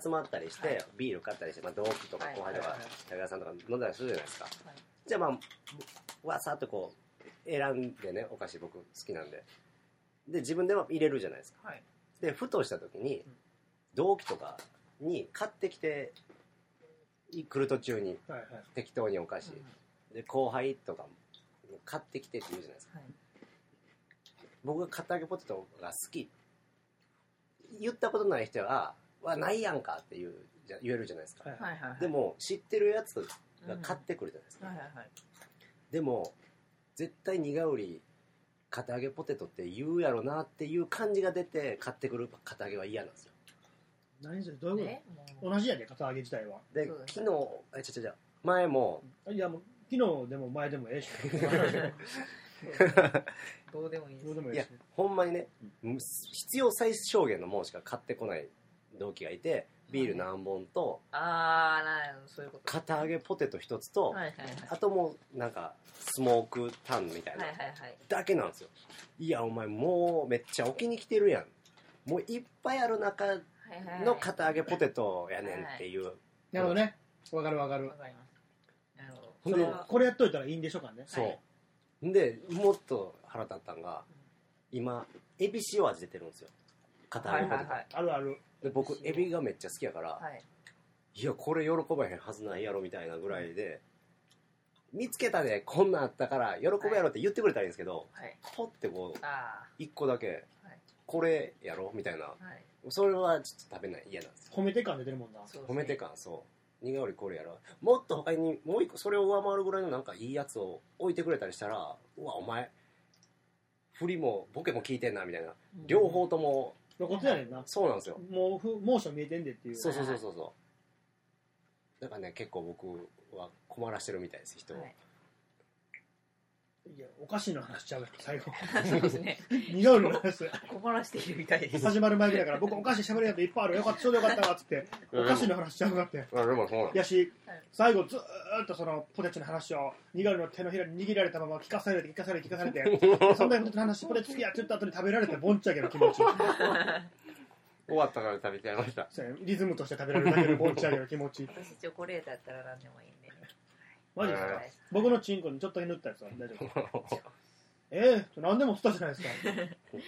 Speaker 2: 集まったりして、
Speaker 3: はい
Speaker 2: ビール買ったりして、まあ、同期とか
Speaker 3: はい
Speaker 2: 後輩と
Speaker 1: は
Speaker 2: か
Speaker 1: いはい
Speaker 2: 武田さんとか飲んだりするじゃないですか、
Speaker 3: はい
Speaker 2: じゃあまあわさっとこう選んでねお菓子僕好きなんでで自分でも入れるじゃないですか
Speaker 3: はい。
Speaker 2: でふとした時に
Speaker 1: うん
Speaker 2: 同期とかに買ってきて来る途中に
Speaker 1: はいはい
Speaker 2: 適当にお菓子、
Speaker 3: うん
Speaker 2: で後輩とかも買ってきてって言うじゃないですか
Speaker 3: はい
Speaker 2: 僕が片揚げポテトが好き言ったことない人は「はないやんか」って言うじゃ言えるじゃないですか、
Speaker 1: はい
Speaker 3: はいはいはい。
Speaker 2: でも知ってるやつ
Speaker 3: う
Speaker 2: が
Speaker 3: ん
Speaker 2: 買ってくるじゃないですか、
Speaker 3: はいはいはい。
Speaker 2: でも絶対苦うり片揚げポテトって言うやろなっていう感じが出て買ってくる片揚げは嫌なんですよ
Speaker 1: 何それどういうこ
Speaker 3: ね、
Speaker 1: と
Speaker 3: もう
Speaker 1: 同じやで片揚げ自体は
Speaker 2: で
Speaker 3: そうです
Speaker 2: 昨日えちゃちゃちゃ前も
Speaker 1: いやもう昨日でも前でもええ し
Speaker 3: どうでもいいです
Speaker 1: どう。でもえ
Speaker 2: い
Speaker 1: え
Speaker 2: や
Speaker 1: し
Speaker 2: ほんまにね必要最小限のものしか買ってこない同期がいてビール何本と
Speaker 3: ああ、なんそういうこと。
Speaker 2: 片揚げポテト一つと、
Speaker 3: はいはいはい。
Speaker 2: あともうなんかスモークタンみたい
Speaker 3: は
Speaker 2: ない
Speaker 3: はいはい。
Speaker 2: だけなんですよいやお前もうめっちゃ置きに来てるやんもういっぱいある中
Speaker 3: はいはいはい。
Speaker 2: の片揚げポテトやねんっていう、
Speaker 1: なるほどねわかるわかる
Speaker 3: わかります。なるほど。
Speaker 2: ほん
Speaker 1: そ
Speaker 2: で
Speaker 1: のこれやっといたらいいんでしょうかね
Speaker 2: そう、
Speaker 3: はい
Speaker 2: でもっと腹立ったんが今エビ塩味出てるんですよ片揚
Speaker 3: はい
Speaker 2: げポテト、
Speaker 3: はいはい。
Speaker 1: あるある
Speaker 2: で僕エビがめっちゃ好きやから、
Speaker 3: はい。
Speaker 2: い、やこれ喜ばへんはずないやろみたいなぐらいで、見つけたでこんなんあったから喜ぶやろって言ってくれたらいいんですけど、
Speaker 3: はい。
Speaker 2: ポッてこう
Speaker 3: あ
Speaker 2: 一個だけ
Speaker 3: はい
Speaker 2: これやろみたいな
Speaker 3: あ、はい。
Speaker 2: それはちょっと食べない嫌なんですよ
Speaker 1: 褒めて感出てるもんな
Speaker 3: そうです
Speaker 2: 褒
Speaker 3: ね
Speaker 2: めて。感そう苦織これやろもっと他にもう一個それを上回るぐらいのなんかいいやつを置いてくれたりしたらうわお前振りもボケも効いてんなみたいな
Speaker 3: うん
Speaker 2: 両。方とも
Speaker 1: 露骨やねんな
Speaker 2: そうなんですよ
Speaker 1: もうふ猛暑見えてんでっていう
Speaker 2: そうそうそうそうそうだからね結構僕は困らしてるみたいです人を
Speaker 3: はい
Speaker 1: いやおかしいの話しちゃうから最後
Speaker 3: そうですね。
Speaker 1: 似顔絵の話
Speaker 3: 困らしているみたい です。
Speaker 1: 始まる前ぐらいから僕お菓子喋るやついっぱいあるよかったちょうどよかったわっつってお菓子
Speaker 2: い
Speaker 1: の話しちゃうなって
Speaker 2: やでもそうなん
Speaker 1: いやし
Speaker 3: はい
Speaker 1: 最後ずーっとそのポテチの話をニガルの手のひらに握られたまま聞かされて聞かされて聞かされてそんなポテチの話ポテチ好きやって言った後に食べられてぼんちゃけの気持ち
Speaker 2: 終わったから食べちゃいました
Speaker 1: そうやリズムとして食べられるだけのぼんちゃけの気持ち
Speaker 3: 私チョコレートやったら何でもいいんでね。
Speaker 1: マジです
Speaker 2: はい
Speaker 1: か
Speaker 3: はい
Speaker 1: 僕のチンコにちょっとだけ塗ったやつは大丈夫ええ何でも釣ったじゃないですか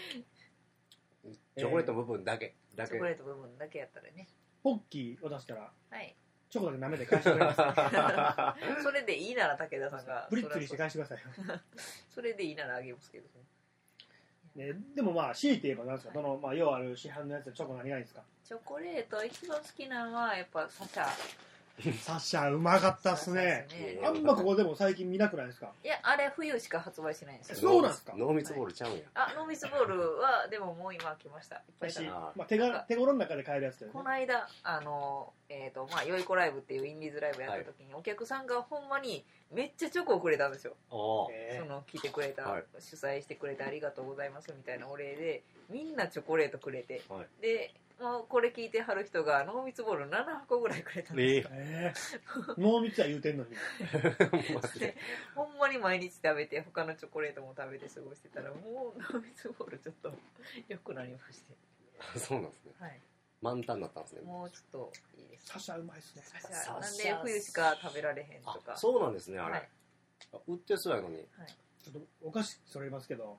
Speaker 2: チョコレート部分だけだ
Speaker 3: チ
Speaker 2: け
Speaker 3: ョコレート部分だけやったらね。
Speaker 1: ポッキーを出したら
Speaker 3: はい。
Speaker 1: チョコだけ舐めて返してくれます
Speaker 3: それでいいなら武田さんが。
Speaker 1: プリッツリして
Speaker 3: それ
Speaker 1: 返
Speaker 3: は
Speaker 1: してくださいよ
Speaker 3: そうそれでいいならあげますけどね。
Speaker 1: ね、でもまあ強いて言えばなんですかその、まあ、要ある市販のやつでチョコ何がいいんですか
Speaker 3: チョコレート一番好きなのはやっぱサシャ。
Speaker 1: サッシャうまかったっすね
Speaker 3: サシャです
Speaker 1: あんまここでも最近見なくないですか
Speaker 3: いや、あれ冬しか発売しないんですよ。
Speaker 1: そうなんすか
Speaker 2: 濃密ボールちゃうんや
Speaker 3: あ、ノーミスボールはでももう今来ました。いっぱいい
Speaker 1: 私、
Speaker 3: たな
Speaker 1: まあ、手が手頃の中で買えるやつだよね
Speaker 3: この間、あの、えっ、と、まあ、よいこライブっていうインディーズライブやった時に、お客さんがほんまにめっちゃチョコをくれたんですよ。
Speaker 2: おー
Speaker 1: え
Speaker 3: その来てくれた、
Speaker 2: はい
Speaker 3: 主催してくれてありがとうございますみたいなお礼でみんなチョコレートくれて、
Speaker 2: は
Speaker 3: でもうこれ聞いてはる人が濃密ボール7箱ぐらいくれたんです
Speaker 1: ー、
Speaker 3: よ、
Speaker 1: えー、濃密は言うてんのに
Speaker 2: マジで
Speaker 3: ほんまに毎日食べて他のチョコレートも食べて過ごしてたらもう濃密ボールちょっと良くなりまして、
Speaker 2: そうなんですね
Speaker 3: はい、
Speaker 2: 満タンだったんですね
Speaker 3: もうちょっといいです
Speaker 1: サッシャうまいっすね
Speaker 3: なんで冬しか食べられへん
Speaker 2: あ
Speaker 3: とか
Speaker 2: そうなんですねあれ、
Speaker 3: はい
Speaker 2: 売ってそうやのに
Speaker 1: ちょっとお菓子それますけど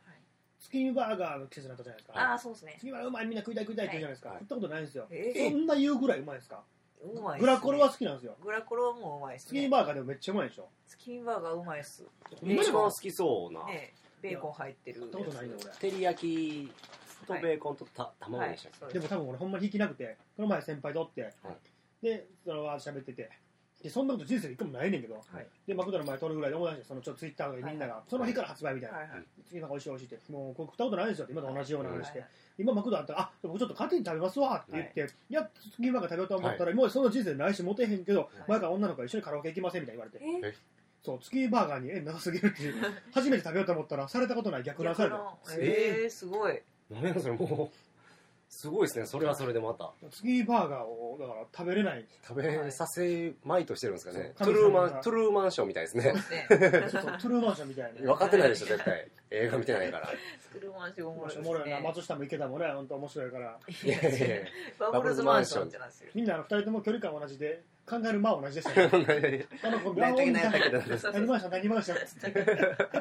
Speaker 1: 月見バーガーの季節になったじゃないですか
Speaker 3: ああそうですね
Speaker 1: 月見バーガーうまいみんな食いたい食いたいって言うじゃないですか、
Speaker 2: はい
Speaker 1: 食ったことないんですよ、
Speaker 3: え
Speaker 1: そんな言うぐらいうまいですか
Speaker 3: うまいっすね
Speaker 1: グラコロは好きなんですよ
Speaker 3: グラコロはもううまいっ
Speaker 1: ス
Speaker 3: す
Speaker 1: キン
Speaker 3: ね
Speaker 1: バーガーでもめっちゃうまいでしょ
Speaker 3: スキンバーガーうまいっす
Speaker 1: ほんまに
Speaker 2: 一番好きそうな、
Speaker 3: ねベーコン入ってる
Speaker 1: 食ったことないね
Speaker 2: 照り焼きとベーコンとた、
Speaker 3: 俺
Speaker 2: 卵
Speaker 3: はい
Speaker 2: でしたっけ、
Speaker 3: そう
Speaker 1: 俺でも多分俺ほんまに引きなくてこの前先輩とおって、でそのわーって喋っててでそんなこと人生で一個もないねんけど、
Speaker 3: はい
Speaker 1: でマクドの前撮るぐらいで思い出してそのちょっとツイッターでみんなが、その日から発売みたいな、
Speaker 3: はいはい
Speaker 1: 次なんか美味しい美味しいってもうこれ食ったことないですよって今と同じような話して、
Speaker 3: はい
Speaker 1: 今マクドあったらあ僕ちょっと勝手に食べますわって言って、い、や次マクド食べようと思ったら、もうその人生ないしモテへんけど、前から女の子が一緒にカラオケ行きませんみたいに言われて
Speaker 3: え
Speaker 1: そう月バーガーに縁長すぎるっていう 初めて食べようと思ったらされたことない逆らされた
Speaker 3: えー、すごい
Speaker 2: なんやそれもうすごいですねそれはそれでまた
Speaker 1: 月バーガーをだから食べれ ないんですよ
Speaker 2: 食べさせまいとしてるんですかね、
Speaker 1: そう
Speaker 2: トゥルーマ
Speaker 1: 神様が
Speaker 2: ントゥルーマンションみたいですね
Speaker 3: ね
Speaker 1: ちょっとトゥルーマンションみたいな
Speaker 2: 分かってないでしょ絶対映画見てないから
Speaker 3: 車足おもろい
Speaker 1: お
Speaker 3: で
Speaker 1: もろ
Speaker 3: す
Speaker 1: いな
Speaker 3: ね
Speaker 1: 松下も池田もね本当面白いから
Speaker 2: いやいやいや
Speaker 3: バブルズマンションってなんですよ
Speaker 1: みんな2人とも距離感同じで考える間は同じで したよあの子
Speaker 2: 何やったっけ何やったっけ
Speaker 1: 何マンション何マンション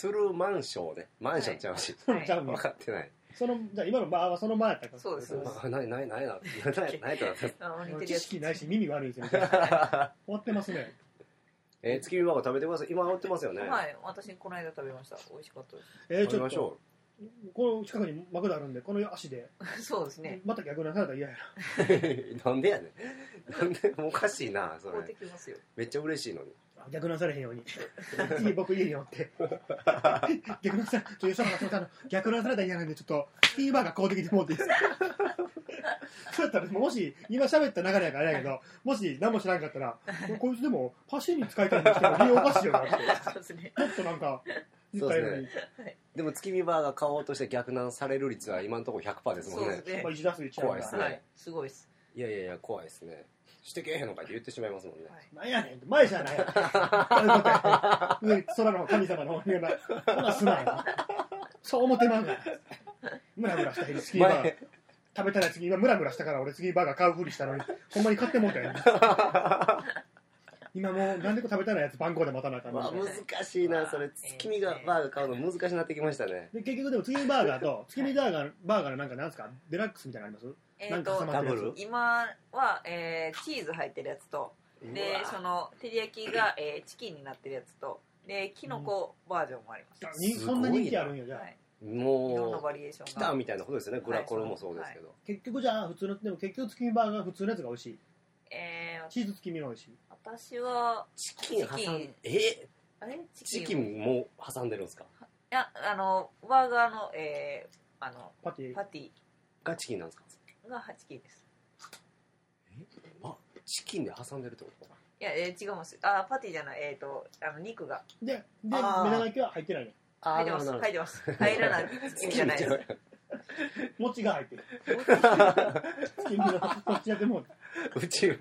Speaker 2: トゥルーマンションねマンションちゃうし、
Speaker 3: はい
Speaker 1: ちゃうの
Speaker 2: 分かってない
Speaker 1: そのじゃあ今のバーはその前やったから
Speaker 3: そうですそうです
Speaker 2: あないないないなないないとなって
Speaker 3: あの似てる
Speaker 1: 知
Speaker 3: やつ
Speaker 1: 識ないし耳悪いで すよね終わってますね
Speaker 2: えー、月見バーガー食べてください今売ってますよね、
Speaker 3: はい私この間食べました美味しかったで
Speaker 1: えー、
Speaker 2: 食
Speaker 1: ち
Speaker 2: べ
Speaker 1: ょ
Speaker 2: ま
Speaker 1: っ
Speaker 2: し
Speaker 1: と
Speaker 2: ょ
Speaker 1: この近くにマクドあるんでこの足で、
Speaker 3: すそうですね
Speaker 1: また逆なされたら嫌やな
Speaker 2: う なんでやねんなんでおかし いなそ
Speaker 3: 買う
Speaker 2: れ
Speaker 3: てきますよ
Speaker 2: めっちゃ嬉しいのに
Speaker 1: 逆なされへん ように次僕家におって逆なされちょっと吉村さんあの逆なされたら嫌なんでちょっとティーバーが公的でもうていいです かそうやったらもし今喋った流れやからあれやけどもし何も知らんかったらこいつでもパシリに使いたいんですけど理由おかしいよなって
Speaker 3: そうですね
Speaker 1: ちょっとなんか言ったように、
Speaker 2: でも月見バーガー買おうとして逆難される率は今のところ100%ですも
Speaker 3: そ
Speaker 2: ん
Speaker 3: う
Speaker 2: ね
Speaker 3: ですね
Speaker 1: まあ、1打数1安打
Speaker 2: 怖いですね
Speaker 3: はいすごいです
Speaker 2: いやいやいや怖いですねしてけえへんのかって言ってしまいますもんね、
Speaker 3: はい
Speaker 1: なんやねん前じゃないやそういうことや上空の方神様の方に言うなそんなんすなよそう思ってまうからムラムラした日にスキーバーガー
Speaker 2: 前
Speaker 1: 食べたら次今ムラムラしたから俺次バーガー買うふりしたのにほんまに買ってもうたよ今もう何でか食べたらやつ番号で待たなあかん
Speaker 2: まあ
Speaker 1: の
Speaker 2: 難しいなそれ月見がバーガー買うの難しくなってきましたね
Speaker 1: で結局でも次バーガーと月見バーガーバーガーのなんかなんですかデラックスみたいなのあります
Speaker 3: え
Speaker 1: な
Speaker 3: ー
Speaker 1: んか挟
Speaker 3: と
Speaker 1: まってるや
Speaker 2: ダブル
Speaker 1: つ
Speaker 3: 今は、えーチーズ入ってるやつとでその照り焼きが、えーチキンになってるやつとでキノコバージョンもあります、
Speaker 1: あにそんな人気あるんやじゃあ、
Speaker 3: はい、いろんな
Speaker 2: も
Speaker 3: バリエーショ
Speaker 2: う来
Speaker 3: ン
Speaker 2: た
Speaker 3: が
Speaker 2: みたいなことですよねグラコロもそうですけど、
Speaker 1: 結局じゃあ普通のでも結局月見バーガー普通のやつが美味しい
Speaker 3: えー
Speaker 1: チーズ月見の美味しい
Speaker 3: 私は
Speaker 2: チキン挟ん
Speaker 3: チキン
Speaker 2: え
Speaker 3: あれチキン
Speaker 2: チキンも挟んでるんですか
Speaker 3: いやあのバーガーの,、えーあの
Speaker 1: パティ
Speaker 3: パティ
Speaker 2: がチキンなんですか
Speaker 3: がチキンです
Speaker 2: あチキンで挟んでるってこと
Speaker 3: いや、えー違いますあパティじゃないえっ、とあの肉が
Speaker 1: でで目
Speaker 2: あー
Speaker 1: 玉焼きは入ってないね
Speaker 2: あ
Speaker 3: 入ってます
Speaker 2: なるほど
Speaker 3: 入ってます入らないチキンじゃないです
Speaker 1: 餅が入ってる月見のこっちやってもう
Speaker 2: うちう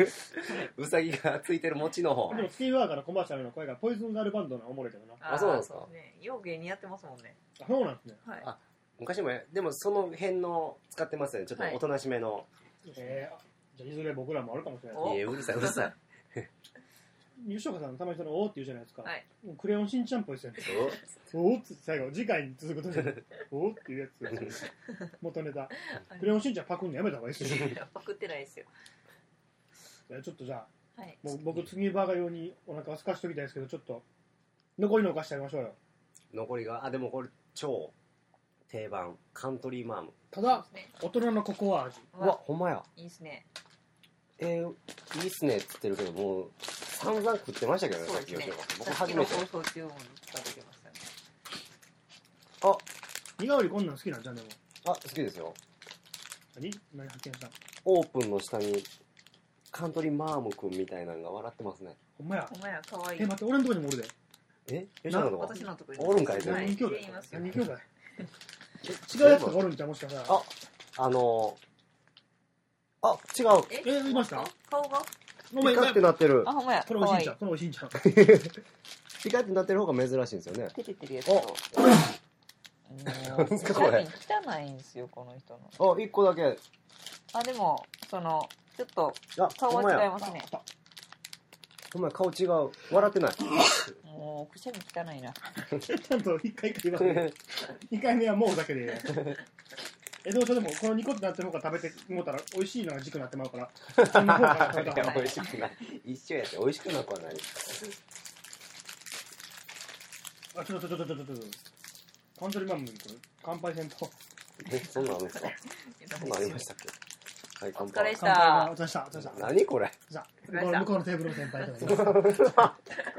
Speaker 2: うさぎがついてる餅の方
Speaker 1: でも月見バーガーのコマーシャルの声がポイズンガールバンドのおもろいけどな
Speaker 3: ー
Speaker 2: あそうなんですか
Speaker 3: ですねよう芸人やってますもんね
Speaker 1: あそうなんですね
Speaker 3: はい
Speaker 2: あ昔もでもその辺の使ってますよねちょっとおとなしめの、
Speaker 1: えー、じゃあいずれ僕らもあるかもしれない
Speaker 3: お
Speaker 2: い、やうるさいうるさい
Speaker 1: 吉岡さんたまにその「おー」って言うじゃないですか、
Speaker 3: はい
Speaker 1: もうクレヨンしんちゃんっぽいですよね「おー」って最後次回に続くとに「おー」っていうやつ元ネタクレヨンしんちゃんパクんのやめた方がいいですよ
Speaker 3: いやパクってないですよ
Speaker 1: いやちょっとじゃ
Speaker 3: はい
Speaker 1: あもう僕月見バーガー用にお腹空かしておきたいですけどちょっと残りのお菓子食べましょうよ
Speaker 2: 残りがあでもこれ超定番カントリーマーム
Speaker 1: た
Speaker 3: そう
Speaker 1: だ
Speaker 3: ですね
Speaker 1: 大人のココア味
Speaker 2: うわほんまや
Speaker 3: いいですね
Speaker 2: えー、いいっすねっつってるけどもう散々食ってましたけどね
Speaker 3: そ
Speaker 2: さ
Speaker 3: う
Speaker 2: っ
Speaker 3: で
Speaker 2: き
Speaker 3: すね
Speaker 2: 吉岡さん
Speaker 3: さ
Speaker 2: 僕
Speaker 3: っ
Speaker 2: 初
Speaker 3: き
Speaker 2: め
Speaker 3: の
Speaker 2: て
Speaker 3: 放送中も食べてましたね
Speaker 1: 似顔絵こんなん好きなんじゃんでも
Speaker 2: あ好きですよ
Speaker 1: 何何発見した
Speaker 2: オープンの下にカントリーマームくんみたいなのが笑ってますね
Speaker 1: ほんまや
Speaker 3: ほんまやかわいい
Speaker 1: え待って俺のとこにもおるで
Speaker 2: え吉岡さんの
Speaker 3: 私のとこに
Speaker 2: おるんかい全部
Speaker 3: はい
Speaker 1: 何兄弟
Speaker 3: 全員いますよ
Speaker 1: 何兄弟え違うやつとかおるんちゃうもしかしたら
Speaker 2: ああのー、あ違う
Speaker 3: え
Speaker 1: えいました
Speaker 3: 顔が
Speaker 1: ごめ
Speaker 2: ピ
Speaker 1: ん
Speaker 2: カ
Speaker 1: ごめ
Speaker 2: っ
Speaker 1: ん
Speaker 2: てなってる
Speaker 3: あほんまや
Speaker 1: これ美味しいんちゃう
Speaker 3: か
Speaker 1: これ美味しいんちゃう
Speaker 2: ピカってなってる方が珍しいんですよね
Speaker 3: わいい照れてるやつ
Speaker 2: お
Speaker 3: と
Speaker 2: なんですかこれ
Speaker 3: 写真汚いんですよこの人の
Speaker 2: あ一個だけ
Speaker 3: あでもそのちょっと
Speaker 2: あ
Speaker 3: 顔
Speaker 2: ほんま
Speaker 3: は違い
Speaker 2: や
Speaker 3: ますね
Speaker 2: お前顔違う笑ってない
Speaker 3: もうくしゃみ汚いな
Speaker 1: ち ゃんと一回一回言わない。二回目はもうだけで。 えどうしようでもこの2個ってなってる方が食べてもうたら美味しいのが軸になってまうからこの方から食べた方が
Speaker 2: 美味しくない。一緒やって、美味しくなくはないですか
Speaker 1: あちょっとちょっとちょっとちょっとカントリーマンムにこれ乾杯せんと
Speaker 2: ら。え、そんなんあるんですかそんなんありましたっけはい、乾
Speaker 3: お疲れ
Speaker 2: 杯
Speaker 3: し。
Speaker 1: 乾杯はお疲れしたお疲れした
Speaker 2: 何これ
Speaker 1: じゃあ向こうのテーブルの先輩とかいます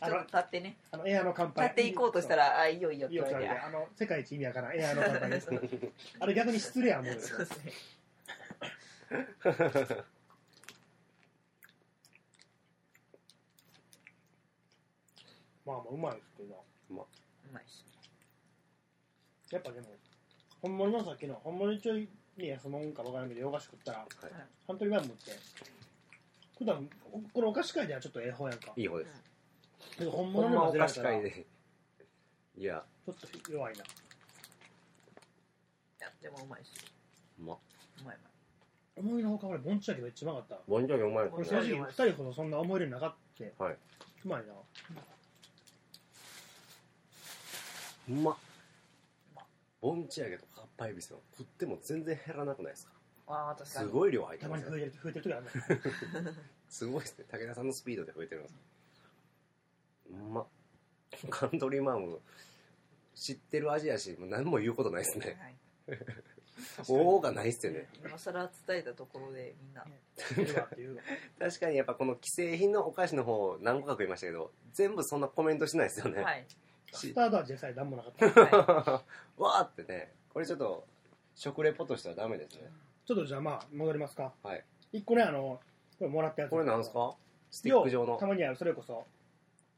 Speaker 1: あ
Speaker 3: ちょ
Speaker 1: の
Speaker 3: っと立ってね
Speaker 1: あのエアの乾杯
Speaker 3: 立っていこうとしたらあいいよいいよっ
Speaker 1: い
Speaker 3: て
Speaker 1: いよ
Speaker 3: 言わ
Speaker 1: って
Speaker 3: れ
Speaker 1: 言われ
Speaker 3: て
Speaker 1: てあの世界一意味わからんエアの乾杯ですあれ逆に失礼やもん
Speaker 3: そうですね
Speaker 1: まあまあうまいですけど
Speaker 3: うまいし
Speaker 1: やっぱでもほんまにのさっきのほんまにちょいねそのもんかわからんけど洋菓子食ったら、サントリーマンムって普段おこのお菓子界ではちょっとええ方やんか
Speaker 2: いい方です。
Speaker 1: けど本
Speaker 2: ほ
Speaker 1: 物
Speaker 2: んま
Speaker 1: の混
Speaker 2: お
Speaker 1: ぜられ
Speaker 2: 菓子
Speaker 1: たら
Speaker 2: 会
Speaker 1: ち
Speaker 2: で。いや、
Speaker 1: ょっと弱いない
Speaker 3: やでもうまいし
Speaker 2: うまっ。
Speaker 3: うまいう
Speaker 1: 思いのほか俺ぼんちやけどめっちゃうまかった
Speaker 2: ボンジョビうまい
Speaker 1: 俺
Speaker 2: です
Speaker 1: 正
Speaker 2: ね
Speaker 1: 直。2人ほどそんな思い入れなかって、
Speaker 2: はいう
Speaker 1: まいな
Speaker 2: うまっ。ボンチやけど、かっぱえびせんは食っても全然減らなくないですか
Speaker 3: まいああ確か
Speaker 2: す
Speaker 3: に
Speaker 2: ごい量入って
Speaker 1: たま
Speaker 2: ま
Speaker 1: に
Speaker 2: す
Speaker 1: 増
Speaker 2: ね。
Speaker 1: えてる増えてる時あるね
Speaker 2: すごいですね。武田さんのスピードで増えてるんです。うまっ。カントリーマーム、知ってる味やし、もう何も言うことないですね。
Speaker 3: はい
Speaker 2: おおがないっすよね。
Speaker 3: 今更伝えたところでみんな
Speaker 1: 言うわっていうわ
Speaker 2: 確かにやっぱこの既製品のお菓子の方何個か食いましたけど全部そんなコメントしないですよね、
Speaker 3: はい
Speaker 1: ス
Speaker 2: し
Speaker 1: タートは実際何もなかったち
Speaker 3: は
Speaker 2: わーってねこれちょっと食レポとしてはダメですね
Speaker 1: ょっとじゃあまあ戻りますか
Speaker 2: はい
Speaker 1: 1個ねあのこれもらったやつ
Speaker 2: これなんですかスティック状
Speaker 1: ようた
Speaker 2: の
Speaker 1: まにあるそれこそ、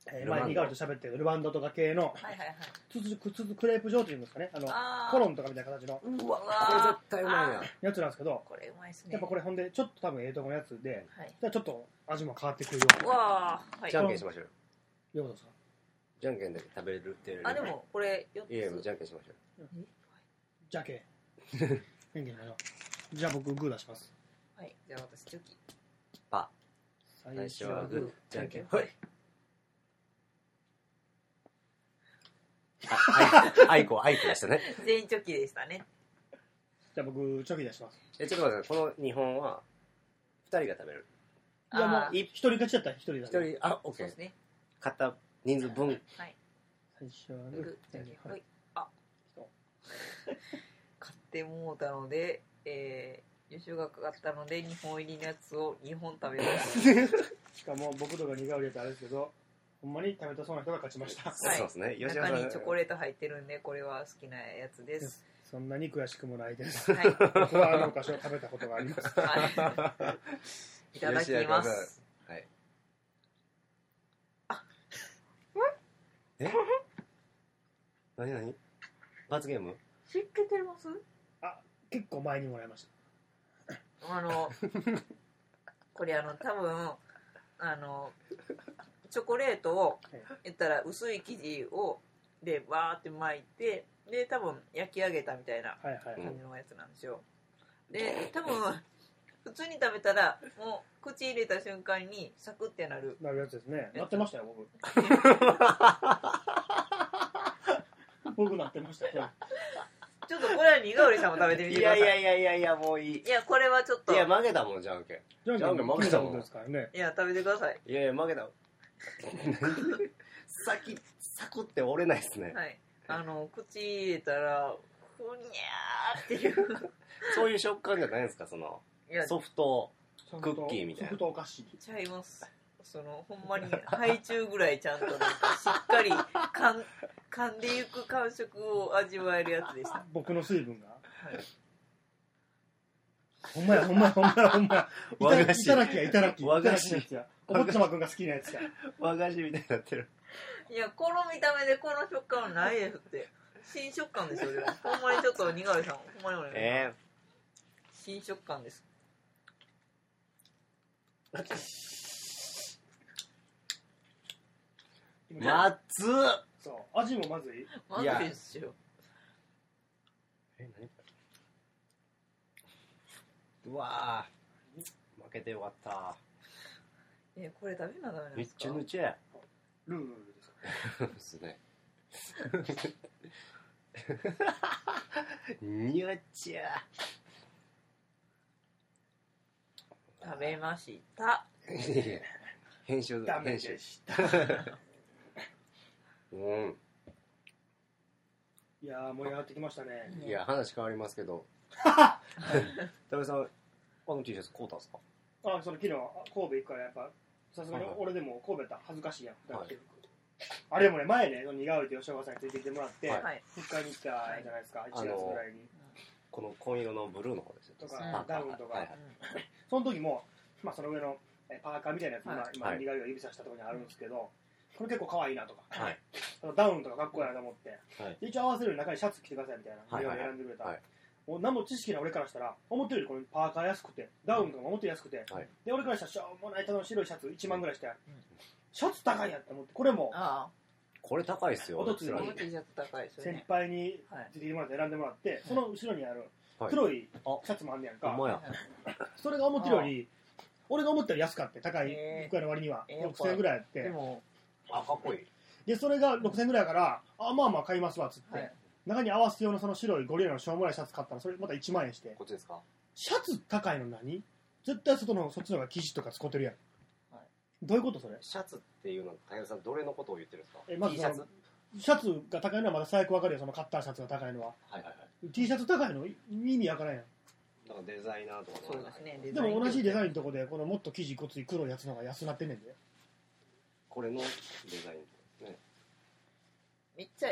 Speaker 1: えー、
Speaker 2: ルマンド
Speaker 1: 前にガルと喋ってるルバンドとか系の
Speaker 3: いはいはいはい
Speaker 1: つつくつつクレープ状というんですかねあの
Speaker 3: あー
Speaker 1: コロンとかみたいな形の
Speaker 2: う
Speaker 3: わ
Speaker 2: わこれ絶対うまいな
Speaker 3: あ
Speaker 1: やつなんですけど
Speaker 3: これうまいですね
Speaker 1: やっぱこれほんでちょっと多分ええとこのやつで
Speaker 3: はい
Speaker 1: じゃあちょっと味も変わってくるよう
Speaker 3: うわあはい
Speaker 2: じゃんけんしましょうよ
Speaker 1: なようことですか
Speaker 2: じゃんけんで食べれるっていうより
Speaker 3: あでもこれ4つ
Speaker 2: いやいやもうじゃんけんしましょ
Speaker 1: じゃ け変形になろうじゃあ僕グー出します
Speaker 3: はいじゃあ私チョキ
Speaker 2: う最
Speaker 1: 初
Speaker 2: 初は
Speaker 1: は
Speaker 2: グ
Speaker 1: グ
Speaker 2: ー
Speaker 1: ー
Speaker 2: じゃん
Speaker 3: じ
Speaker 2: けん
Speaker 3: ゃんけん
Speaker 2: はいああいあいこあいこでしたね
Speaker 3: 全員チョキでしたね
Speaker 1: じゃあ僕チョキ出します
Speaker 2: えちょっと待ってこの日本は2人が食べる
Speaker 1: いやもう
Speaker 3: あー
Speaker 1: 一人勝ちだったら一人だ
Speaker 2: 1人あオッケ
Speaker 3: そうで
Speaker 2: ー
Speaker 3: すね
Speaker 2: 買った人数分
Speaker 3: はい
Speaker 1: 最初はグ
Speaker 3: グ
Speaker 1: ーじゃんけん
Speaker 3: ーは
Speaker 1: はい
Speaker 3: いあ買ってもうたのでえー優勝がかかったので2本入りのやつを2本食べまし
Speaker 1: しかも僕とか苦顔やつあれですけどほんまに食べたそうな人が勝ちました
Speaker 2: そうですね。
Speaker 3: た
Speaker 2: 吉田
Speaker 3: 中
Speaker 2: さん
Speaker 3: にチョコレート入ってるんでこれは好きなやつです
Speaker 1: そんなに悔しくもないです
Speaker 3: はい
Speaker 1: 僕はあのお菓子を食べたことがあります
Speaker 3: はいいただきます
Speaker 2: はい。
Speaker 3: あ
Speaker 2: え？何何？罰ゲーム？
Speaker 3: 知っててます
Speaker 1: 結構前にもらいました
Speaker 3: あのこれあの多分あのチョコレートを
Speaker 1: はい
Speaker 3: 言ったら薄い生地をでわーって巻いてで多分焼き上げたみたいな
Speaker 1: はいはい、
Speaker 2: うん
Speaker 3: 感じのやつなんですよで多分普通に食べたらもう口入れた瞬間にサクってなる
Speaker 1: なるやつですねなってましたよ 僕僕なってましたよ
Speaker 3: ちょっとこれは苦織さんも食べてみて
Speaker 2: い
Speaker 3: くだ
Speaker 2: や
Speaker 3: さい
Speaker 2: い
Speaker 3: いや
Speaker 2: やいやいやいやもういい。
Speaker 3: これはちょっと
Speaker 2: い
Speaker 3: い
Speaker 2: や
Speaker 3: や
Speaker 2: 負けたもんじゃんけん。
Speaker 1: じゃん
Speaker 2: じゃんけ
Speaker 1: け
Speaker 2: ん
Speaker 1: ん
Speaker 2: 負
Speaker 1: 負
Speaker 2: け
Speaker 1: け
Speaker 2: た
Speaker 1: た
Speaker 2: も
Speaker 1: こ
Speaker 2: ん
Speaker 1: とですからね
Speaker 3: 食べてください
Speaker 2: いやいや負けた。 先サクって折れないですね。
Speaker 3: はいあの口入れたらふにゃーっていう
Speaker 2: そういう食感じゃないですかその
Speaker 3: いや
Speaker 2: ソフト。
Speaker 1: ソ
Speaker 2: ク
Speaker 1: フト
Speaker 2: ッキーみたいな
Speaker 1: ソフトお菓子
Speaker 3: ちゃいますそのほんまにハイチュウぐらいちゃんとなんかしっかりかん噛んでいく感触を味わえるやつでした
Speaker 1: 僕の水分がほんまやほんまやほんまやほんまやいた
Speaker 2: 和
Speaker 1: だ
Speaker 2: 菓
Speaker 1: きい
Speaker 2: 子
Speaker 1: ただきやいただきい
Speaker 2: 和
Speaker 1: ただ
Speaker 2: 菓子
Speaker 1: きのやつやお坊ちゃまくんが好きなやつや
Speaker 2: 和菓子みたいになってる。
Speaker 3: いやこの見た目でこの食感はないですって新食感ですよでもほんまにちょっと苦いさんほんまにお願いします
Speaker 2: え
Speaker 3: 新食感です
Speaker 2: ー、まっつー。
Speaker 1: そう味もまずい
Speaker 3: マ
Speaker 2: い
Speaker 3: ジ
Speaker 2: や
Speaker 3: ですよ
Speaker 2: え何これうわー負けてよかった
Speaker 3: えこれ食べなダメなん
Speaker 2: め
Speaker 3: で
Speaker 2: っ
Speaker 3: す
Speaker 2: ちゃ
Speaker 3: か
Speaker 2: ぬちゃや
Speaker 1: ルールですか
Speaker 2: そうですねにゃっちゃ
Speaker 3: 食べました
Speaker 2: いやいや編集
Speaker 4: ダメ
Speaker 2: 編
Speaker 4: で
Speaker 2: 集
Speaker 4: した。
Speaker 2: うん
Speaker 1: いやー盛り上がってきましたね
Speaker 2: いや話変わりますけ ど田辺さんあの T シャツ買うたんですか
Speaker 1: あそれ昨日神戸行くからやっぱさすがに
Speaker 2: はいはい
Speaker 1: 俺でも神戸やったら恥ずかしいやん、
Speaker 2: はい
Speaker 1: あれもね前ね似顔絵で吉岡さんについてきてもらって、
Speaker 2: はい
Speaker 3: はい
Speaker 1: 復活に行ったじゃないですか1月ぐらいに
Speaker 2: この紺色のブルーの方ですよ
Speaker 1: と
Speaker 3: あ
Speaker 1: か
Speaker 3: の
Speaker 1: ダウンと
Speaker 2: は
Speaker 1: か
Speaker 2: いはい
Speaker 1: その時も、まあ、その上のえパーカーみたいなやつ、
Speaker 3: はい
Speaker 1: 今
Speaker 2: は
Speaker 1: 今
Speaker 2: い
Speaker 1: 似顔絵を指さしたところにあるんですけど、これ結構可愛いなとか、
Speaker 2: はい
Speaker 1: あのダウンとかかっこいいなと思って、
Speaker 2: はい
Speaker 1: で一応合わせるように中にシャツ着てくださいみたいな、
Speaker 2: はいはいはい
Speaker 1: 選んでくれた、
Speaker 2: はい
Speaker 1: もう何も知識ない俺からしたら思ってるよりこのパーカー安くてダウンとかも思ってるより安くて、
Speaker 2: はい
Speaker 1: で俺からしたらしょうもないただの白いシャツ1万ぐらいして、
Speaker 3: ん
Speaker 1: シャツ高いやって思ってこれも
Speaker 3: あ
Speaker 2: これ高いっすよ
Speaker 1: おとつ
Speaker 3: あ
Speaker 1: よ
Speaker 3: こ
Speaker 1: り
Speaker 3: の T シャツ高いですよ
Speaker 1: 先
Speaker 3: ね
Speaker 1: 輩に
Speaker 3: はい
Speaker 1: 出てきてもらって選んでもらって、その後ろにある
Speaker 2: はい
Speaker 1: 黒い
Speaker 2: あ
Speaker 1: シャツもあんねやんか、
Speaker 2: ほんまや
Speaker 1: それが思ってるより俺が思ったより安かって高い
Speaker 3: えー
Speaker 1: 服屋の割には
Speaker 3: えー
Speaker 1: 6000円ぐらいあって、
Speaker 3: でも
Speaker 2: あかっこいい
Speaker 1: でそれが6000円ぐらいやからあまあまあ買いますわっつって、
Speaker 3: はい
Speaker 1: 中に合わせ用のその白いゴリラのしょうもないシャツ買ったらそれまた1万円して
Speaker 2: こっちですか
Speaker 1: シャツ高いの何絶対外のそっちの方が生地とか使ってるやん、
Speaker 3: はい
Speaker 1: どういうことそれ
Speaker 2: シャツっていうのは田辺さんどれのことを言ってるんですか
Speaker 1: えまず
Speaker 2: T シャツ
Speaker 1: シャツが高いのはまだ最悪わかるよそのカッターシャツが高いのは
Speaker 2: はいはいはい
Speaker 1: T シャツ高いのい意味わからんやん
Speaker 2: なんかデザイナーとかの
Speaker 3: そうですねデ
Speaker 1: で
Speaker 3: ザイン
Speaker 1: も同じデザインのとこでこのもっと生地ごつい黒いやつの方が安なってんねんで
Speaker 2: これのデザイン ですね
Speaker 3: めっちゃ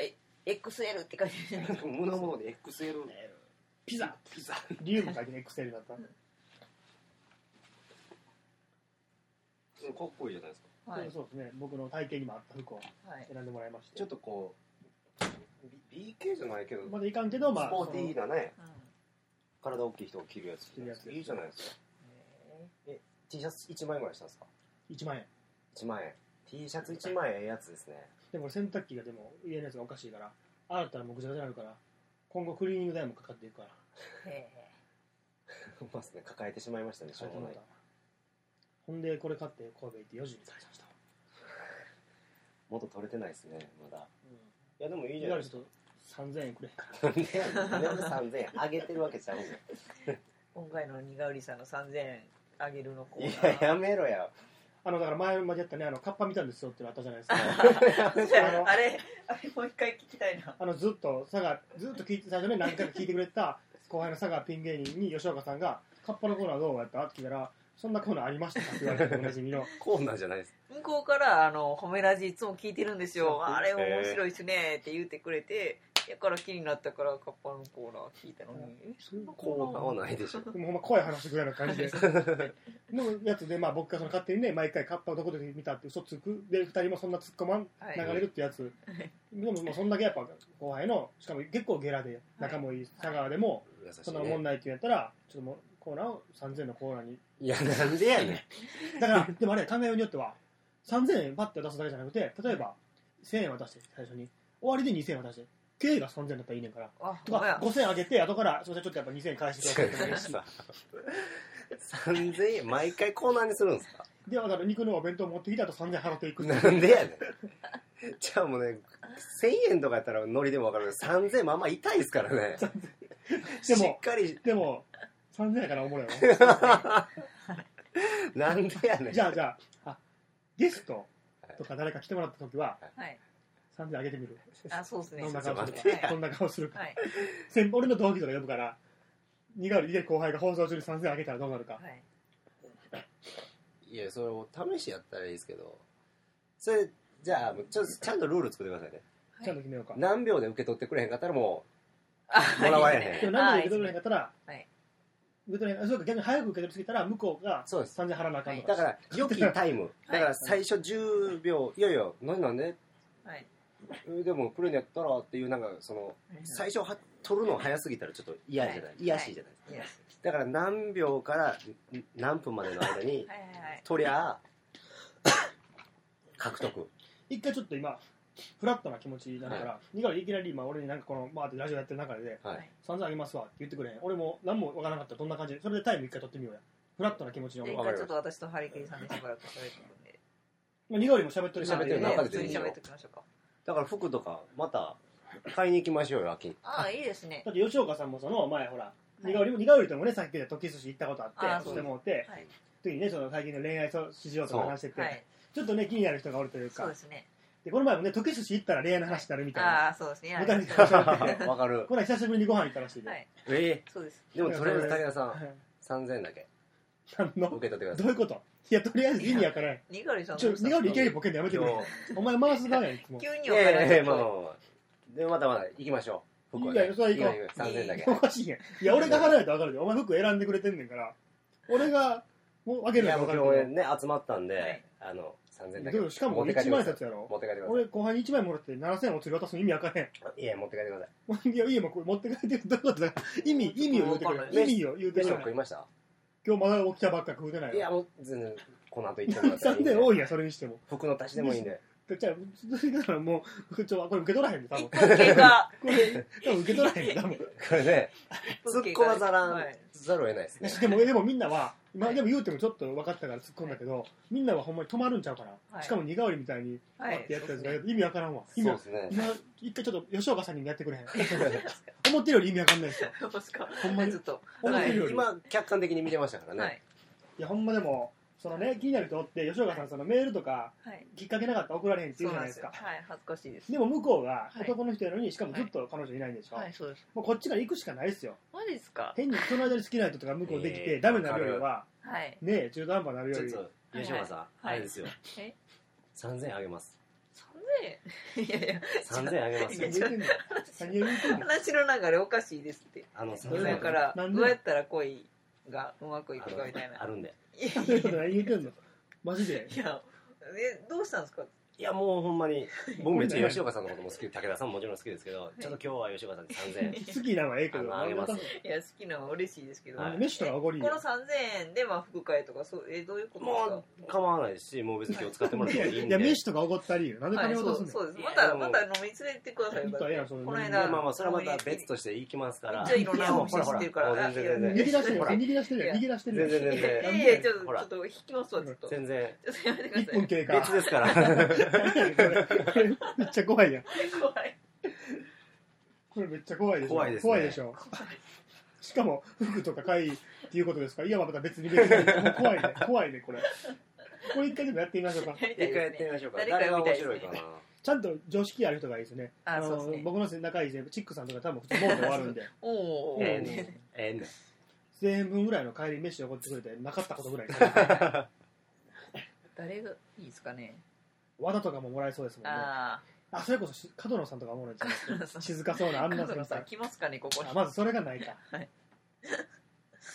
Speaker 3: XL って書いてる
Speaker 2: 胸元で XL
Speaker 1: ピザ
Speaker 2: ピザ
Speaker 1: 理由も書いてね XL だったら
Speaker 2: うんかっこいいじゃないですか
Speaker 3: はい
Speaker 1: そうですね僕の体型にも合った服を
Speaker 3: はい
Speaker 1: 選んでもらいまして
Speaker 2: ちょっとこう B- BK じゃないけど
Speaker 1: まだいかんけどまあ
Speaker 2: スポーティーなね
Speaker 3: うん
Speaker 2: 体大きい人が着るやつ
Speaker 1: 着るやつ
Speaker 2: いいじゃないですか
Speaker 3: え
Speaker 2: T シャツ1万円ぐらいしたんですか
Speaker 1: 1万円
Speaker 2: 1万円 T シャツ1万円ええやつですね
Speaker 1: でも俺洗濯機がでも家のやつがおかしいから洗ったらもうぐちゃぐちゃになるから今後クリーニング代もかかっていくから
Speaker 3: ーへー
Speaker 2: まずね抱えてしまいましたねしょ
Speaker 1: 買え
Speaker 2: う
Speaker 1: ても
Speaker 2: が
Speaker 1: ら
Speaker 2: な
Speaker 1: っ
Speaker 2: い
Speaker 1: たほんでこれ買って神戸行って4時に帰りました
Speaker 2: 元取れてないですねまだ
Speaker 1: う
Speaker 2: いやでもいい
Speaker 1: ん
Speaker 2: じ
Speaker 1: だ
Speaker 2: ゃな
Speaker 1: から
Speaker 2: いです
Speaker 1: ちょっと3000円くれ
Speaker 2: かなんでなんで3000円上げてるわけちゃうんよ
Speaker 3: 今回の苦織さんの3000円あげるのコー
Speaker 2: い
Speaker 3: ナ
Speaker 2: や
Speaker 3: ー
Speaker 2: やめろや
Speaker 1: あのだから前までやったねあのカッパ見たんですよってのあったじゃない ですかあの
Speaker 3: あれあれもう一回聞きたいな
Speaker 1: あのずっと佐賀ずっと聞いて最初ね何回か聞いてくれた後輩の佐賀ピン芸人に吉岡さんが「カッパのコーナーどうやった?」って聞いたら「そんなコーナーありましたか?」って言われておなじみの
Speaker 2: コーナーじゃないです
Speaker 3: 向こうからあの褒めラジいつも聞いてるんですよあれ面白いっすねって言ってくれてやから気になったからカッパのコーナー聞いたのにえそんな
Speaker 2: コ
Speaker 3: コー
Speaker 2: ーナ
Speaker 3: ナ
Speaker 2: ー
Speaker 3: ー
Speaker 2: はないでしょ
Speaker 1: もうほんま怖い話ぐらいの感じ でのやつで、まあ、僕がその勝手にね毎回カッパをどこで見たって嘘つくで2人もそんな突っ込まん
Speaker 3: はい
Speaker 1: 流れるってやつ、でももうそんだけやっぱ後輩のしかも結構ゲラで仲もいい佐川でも
Speaker 2: 優し
Speaker 1: そ
Speaker 2: い
Speaker 1: んなおもん
Speaker 2: ね
Speaker 1: ないって言うんやったらちょっともうコーナーを3000のコーナー に
Speaker 2: いやなんでやねん
Speaker 1: だからでもあれ考えようによっては3000円パッて出すだけじゃなくて例えば1000円渡して最初に終わりで2000円渡して経営が3000円だったらいいねんから
Speaker 3: あ
Speaker 1: と
Speaker 3: ほんま
Speaker 1: か
Speaker 3: や
Speaker 1: 5000円あげて後からすいませんちょっとやっぱ2000円返してくださいって言うのもいい し
Speaker 2: さ3000円毎回コーナーにするんですか
Speaker 1: で、だから肉のお弁当持ってきたと3000円払っていくっていう
Speaker 2: なんでやねんじゃあもうね1000円とかやったらノリでも分かるけど3000円まあまあ痛いですからね
Speaker 1: で
Speaker 2: しっ
Speaker 1: も、
Speaker 2: か り
Speaker 1: でも、3000円からおもろいよ。
Speaker 2: なんでやねん
Speaker 1: じゃあ、じゃあ、あ、ゲストとか誰か来てもらった時は、
Speaker 3: はい
Speaker 1: 3000円あげてみる。
Speaker 3: あそうですね
Speaker 1: どん
Speaker 3: は
Speaker 1: な顔す
Speaker 2: ちょっ
Speaker 1: る
Speaker 3: 待って
Speaker 2: と
Speaker 1: か。どんな顔するか。
Speaker 3: い
Speaker 1: 先俺の同期とか呼ぶから、苦顔で家後輩が放送中に3000円あげたらどうなるか。
Speaker 3: はい
Speaker 2: いやそれを試しやったらいいですけどそれじゃあもうちょちゃんとルール作ってくださいね
Speaker 3: はい
Speaker 1: ちゃんと決めようか。
Speaker 2: 何秒で受け取ってくれへんかったらもうも
Speaker 3: あ
Speaker 2: らわれ
Speaker 3: いい
Speaker 2: へ
Speaker 3: で
Speaker 2: ん
Speaker 3: す
Speaker 1: で
Speaker 3: ね
Speaker 1: も何でも受け取れへんかったら
Speaker 3: はい、
Speaker 1: 受け取れへんそうか、逆に早く受け取りすぎたら、向こうが
Speaker 2: そうです
Speaker 1: 3000円払わなあかんのか。
Speaker 2: だから良きタイムだから最初10秒いやいや何なんで
Speaker 3: はい
Speaker 2: えでもくれんやったらっていうなんかその最初は取るの早すぎたらちょっと嫌じゃない
Speaker 3: はい
Speaker 2: 嫌しいじゃない
Speaker 3: いや
Speaker 2: だから何秒からん何分までの間に
Speaker 3: はいはいはい
Speaker 2: 取りゃあ獲得
Speaker 1: 一回ちょっと今、フラットな気持ちになるから、苦顔でいきなり今、俺になんかこの、まあ、ってラジオやってる中で、
Speaker 2: はい
Speaker 1: 散々あげますわって言ってくれへん俺も何もわからなかったらどんな感じでそれでタイム一回取ってみようやフラットな気持ちに
Speaker 3: で
Speaker 1: 俺
Speaker 3: 一
Speaker 1: は
Speaker 3: 回ちょっと私とハリケーンさんでしばらく喋ってくんで
Speaker 1: まあ二よりも喋ってるし
Speaker 2: 喋って
Speaker 1: ね
Speaker 2: る中
Speaker 3: ね
Speaker 2: で
Speaker 3: 普通
Speaker 2: 全
Speaker 3: に
Speaker 2: 然
Speaker 3: 喋ってきましょうか
Speaker 2: だから服とかまた買いに行きましょうよ、秋。
Speaker 3: ああいいですね
Speaker 1: だって吉岡さんもその前ほら苦織も苦織ともねさっき言った時寿司行ったことあ
Speaker 3: あ
Speaker 1: っ
Speaker 3: ー
Speaker 1: て
Speaker 3: そう
Speaker 1: そしてもうて
Speaker 3: はい、
Speaker 1: 時にねその最近の恋愛しようとか話してて、
Speaker 3: はい、
Speaker 1: ちょっとね気になる人がおるという
Speaker 3: そ
Speaker 1: か
Speaker 3: う
Speaker 1: で
Speaker 3: ですね
Speaker 1: この前もね時寿司行ったら恋愛の話になるみたいな
Speaker 3: ああそうですね
Speaker 1: 無駄に
Speaker 3: はい
Speaker 2: わかる。
Speaker 1: これは久しぶりにご飯行ったらしいで、
Speaker 3: はい
Speaker 2: え
Speaker 3: そうです
Speaker 2: えでもとりあえず武田さん、
Speaker 1: はい
Speaker 2: 3000円だけ
Speaker 1: 何の
Speaker 2: 受け取っ
Speaker 1: ど
Speaker 2: てくださ
Speaker 1: ういうこといやとりあえず意味やからん
Speaker 3: にがりさん
Speaker 1: ちょ苦織いけるボケんのやめ
Speaker 2: い。
Speaker 1: てくれお前回す側やんいつも
Speaker 3: 急に
Speaker 2: い
Speaker 3: お
Speaker 2: やい
Speaker 3: 金
Speaker 2: やいや、
Speaker 3: が
Speaker 2: まあまあまあ。で、またまた行きましょう。福岡
Speaker 1: いやそれは行こう
Speaker 2: う。3000円だけ。
Speaker 1: おかしいやんいや俺が払えたら分かるでお前服選んでくれてんねんから俺がもうあげ
Speaker 2: い
Speaker 1: るの
Speaker 2: や、
Speaker 1: か
Speaker 2: も
Speaker 1: 分か
Speaker 2: う今
Speaker 1: る
Speaker 2: 日ね、集まったん
Speaker 3: はい
Speaker 2: で、あの、3000円
Speaker 1: け
Speaker 2: だ
Speaker 1: ど
Speaker 2: け。
Speaker 1: どうしかも
Speaker 2: 持って帰って
Speaker 1: 1
Speaker 2: く
Speaker 1: 万円
Speaker 2: ださい
Speaker 1: 札やろ
Speaker 2: 持って帰ってくださ
Speaker 1: 俺後輩に1枚もらって7000円お釣り渡すの意味わからへん
Speaker 2: い。いや、持って帰ってください。
Speaker 1: いや、いや、もうこれ持って帰ってくるどういうことだ意味、意味を言うてく
Speaker 3: わかん
Speaker 1: れ。
Speaker 2: な
Speaker 1: 意
Speaker 2: い
Speaker 1: 味を言うてく
Speaker 2: で、シ
Speaker 1: れ
Speaker 2: ョッ。クいました
Speaker 1: 今日まだ起きたばっか食うてない
Speaker 2: いや、
Speaker 1: よ。
Speaker 2: もう、全然、この後行ってもらったらい
Speaker 1: 3
Speaker 2: いんで
Speaker 1: 点多いや、それにしても。
Speaker 2: 服の足しでもいいんで。
Speaker 1: でじゃあ、だからもう、ちょ、これ受け取らへんで、多 分
Speaker 3: 一。本系が
Speaker 1: これ、多分受け取らへんで、多分。
Speaker 2: これね、
Speaker 3: 風
Speaker 2: 突っ
Speaker 3: 景
Speaker 2: 込
Speaker 3: が
Speaker 2: まざらん
Speaker 3: はい、
Speaker 2: ざるを得ないですね。
Speaker 1: でも、でもみんなは、今でも言うてもちょっと分かったから突っ込んだけど、みんなはほんまに止まるんちゃうから。
Speaker 3: はい
Speaker 1: しかも、苦織みたいに、
Speaker 3: は
Speaker 1: やってやったやつが
Speaker 3: い
Speaker 1: 意味わからんわ。
Speaker 2: そう
Speaker 1: 今
Speaker 2: で、すね。
Speaker 1: 今、一回ちょっと吉岡さんにもやってくれへん。思ってるより意味わかんないですよ。
Speaker 3: そうですか
Speaker 1: ほんまに
Speaker 3: ちょっと
Speaker 1: 思っ
Speaker 3: は
Speaker 1: て
Speaker 3: い
Speaker 1: るより。
Speaker 2: 今、客観的に見てましたから
Speaker 3: は
Speaker 2: ね。
Speaker 3: い
Speaker 1: いや、ほんまでも、そのね、気になる人おって、吉岡さん、そのメールとか、
Speaker 3: はい
Speaker 1: きっかけなかったら送られへんって言
Speaker 3: そ
Speaker 1: うじゃ
Speaker 3: うな
Speaker 1: なんい
Speaker 3: で
Speaker 1: ですす
Speaker 3: よ
Speaker 1: か。
Speaker 3: はい恥ずかしいです
Speaker 1: でも向こうが
Speaker 3: はい
Speaker 1: 男の人やのに、しかもずっと彼女いないんでしょ、
Speaker 3: はいそうです
Speaker 1: もうこっちから行くしかないですよ。
Speaker 3: マジですか
Speaker 1: 変にその間に好きな人とか向こうできて、
Speaker 2: えー
Speaker 1: ダメになるよりは、
Speaker 3: はい
Speaker 1: ねえ、中途半端になる
Speaker 2: ち
Speaker 1: よ
Speaker 2: ょっ
Speaker 1: り、
Speaker 2: と、吉岡さん、
Speaker 3: はい
Speaker 2: あれですよ。
Speaker 3: え
Speaker 2: 3000円あげます。
Speaker 3: 3000円いや いや
Speaker 2: 3000円あげま
Speaker 1: 何
Speaker 2: す
Speaker 1: 言
Speaker 2: よ
Speaker 1: う。て んの何を言うてんの
Speaker 3: 話の流れおかしいですって
Speaker 2: あの、
Speaker 1: どういうこと
Speaker 2: 3000
Speaker 3: だ
Speaker 2: 円
Speaker 3: か
Speaker 2: あ
Speaker 3: ら
Speaker 1: なんで
Speaker 3: どうやったら恋がうまくいくかみたい
Speaker 2: のあ
Speaker 3: な
Speaker 2: るんで。
Speaker 3: いや
Speaker 1: そういうこと何言うてんのマジで。
Speaker 3: いやえどうしたんですか
Speaker 2: いや、もうほんまに、僕めっちゃ吉岡さんのことも好き、武田さんももちろん好きですけど、ちょっと今日は吉岡さんに3000円。
Speaker 1: 好きなのはええけ
Speaker 2: あ
Speaker 1: ど、
Speaker 2: の、あげます。
Speaker 3: いや好きなのは嬉しいですけど、
Speaker 2: はい
Speaker 1: メッシュとかおご
Speaker 3: こ
Speaker 1: り
Speaker 3: の3000円でまあ服買えとかそうえどういうことですか
Speaker 2: もう、構わないですし、もう別に今日使ってもらっ
Speaker 1: い
Speaker 2: ても
Speaker 1: や、
Speaker 2: いいん
Speaker 1: い
Speaker 2: で。
Speaker 1: やメッシュとかおごったりよ。なんで
Speaker 3: は
Speaker 1: 金
Speaker 3: い、
Speaker 1: を
Speaker 3: そ
Speaker 1: 落と
Speaker 3: う
Speaker 1: す
Speaker 3: そう
Speaker 1: の
Speaker 3: ですまた
Speaker 2: いや
Speaker 3: また飲み連れてくださいよだっ
Speaker 1: いや
Speaker 3: て
Speaker 1: それ
Speaker 3: この
Speaker 2: ま
Speaker 3: 間
Speaker 2: あまあまあ、それはまた別として行きますから。
Speaker 3: めっちゃいろんなお店知ってるから
Speaker 2: いやもうほらほら
Speaker 3: いや
Speaker 1: 逃げ出してるよ、
Speaker 2: ほら
Speaker 1: 逃げ出してるよ、
Speaker 3: いや
Speaker 1: 逃げ出してる
Speaker 2: 全然
Speaker 1: よ。
Speaker 2: 全然。
Speaker 3: いやいやちょっと
Speaker 2: ほ
Speaker 3: ちょ
Speaker 2: ら
Speaker 3: っ、と引きますわちょっとちょっ
Speaker 2: 全然。
Speaker 3: とやめてくだ
Speaker 1: 1
Speaker 3: さ
Speaker 1: 分
Speaker 3: い
Speaker 1: 経過
Speaker 2: 別。ですから。
Speaker 1: これ めっちゃ怖いやん。
Speaker 3: 怖い
Speaker 1: これめっちゃ怖いでしょ。
Speaker 2: 怖いですね
Speaker 1: でしょ。しかも、服とか買いっていうことですかいや、また別に別に。もう怖いね、怖いね、これ。これ一回でもやってみましょうか。
Speaker 3: やりたい
Speaker 2: 一回や
Speaker 3: で
Speaker 2: っ
Speaker 3: すね
Speaker 2: てみましょうか。
Speaker 3: 誰
Speaker 2: 誰
Speaker 3: か
Speaker 2: が
Speaker 3: 見た
Speaker 2: 面
Speaker 3: いです
Speaker 2: 白
Speaker 3: ね
Speaker 2: いかな。
Speaker 1: ちあの常識ある人がいいですね。
Speaker 3: あ
Speaker 1: の
Speaker 3: そうですね
Speaker 1: 僕の仲いいチックさんとか多分普通もうで終わるんで。
Speaker 3: おお、
Speaker 2: え
Speaker 1: うん
Speaker 2: えね。ええね。
Speaker 1: 1000円分ぐらいの帰り飯を送ってくれて、なかったことぐ らい。わ
Speaker 3: 誰がいいですかね
Speaker 1: ざとかももらえそうですもんね。あ
Speaker 3: あ
Speaker 1: それこそし角野さんとかもらえそうですね
Speaker 3: あ そう
Speaker 1: 静かそうなあんな
Speaker 3: 角
Speaker 1: 先
Speaker 3: 野さ
Speaker 1: 輩
Speaker 3: ん。来ますかねここに
Speaker 1: あまずそれがないか。
Speaker 3: はい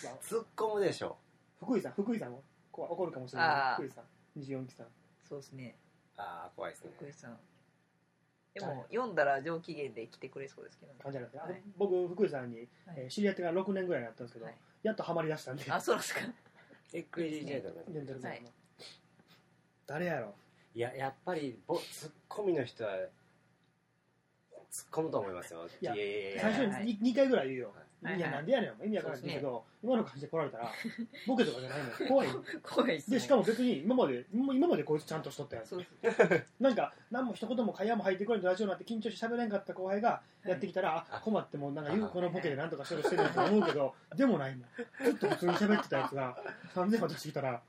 Speaker 1: まあ
Speaker 2: 突っ込むでしょ。
Speaker 1: 福井さん、福井さんもこわ怒るかもしれない。
Speaker 3: あー
Speaker 1: 福井さん、24期さん。
Speaker 3: そうですね
Speaker 2: ああ、怖いですね。
Speaker 3: 福井さんでも読んだら上機嫌で来てくれそうですけどね
Speaker 1: 感じなんですね、あ
Speaker 3: はい
Speaker 1: 僕福井さんに、
Speaker 3: はい
Speaker 1: えー知り合ってから6年ぐらいになったんですけど、
Speaker 3: はい
Speaker 1: やっとハマりだしたんで
Speaker 3: あそうなんですか
Speaker 2: え、クイジージェイだね。
Speaker 1: レンタルビデオの
Speaker 3: はい
Speaker 1: 誰やろ
Speaker 2: いや、やっぱり、ぼ、突っ込みの人は、突っ込むと思いますよ。
Speaker 1: い
Speaker 2: い
Speaker 1: や
Speaker 2: やいやいや。
Speaker 1: 最初に 2,、
Speaker 3: はい
Speaker 1: 二回ぐらい言うよ、
Speaker 3: はい
Speaker 1: い、や
Speaker 3: はい
Speaker 1: なんでやねんお前意味わからないんだけど、今の感じで来られた らボケとかじゃないのよ怖いよ
Speaker 3: 怖いですね
Speaker 1: でしかも別に今までもう今までこいつちゃんとしとったやん
Speaker 3: そうです
Speaker 1: なんか何も一言も会話も入ってこないとラジオなんて緊張して喋れんかった後輩がやってきたら、あ困ってもうなんか言うこのボケでなんとかしようとしてるなと思うけ どでもないもんずっと普通に喋ってたやつが3000渡してきたら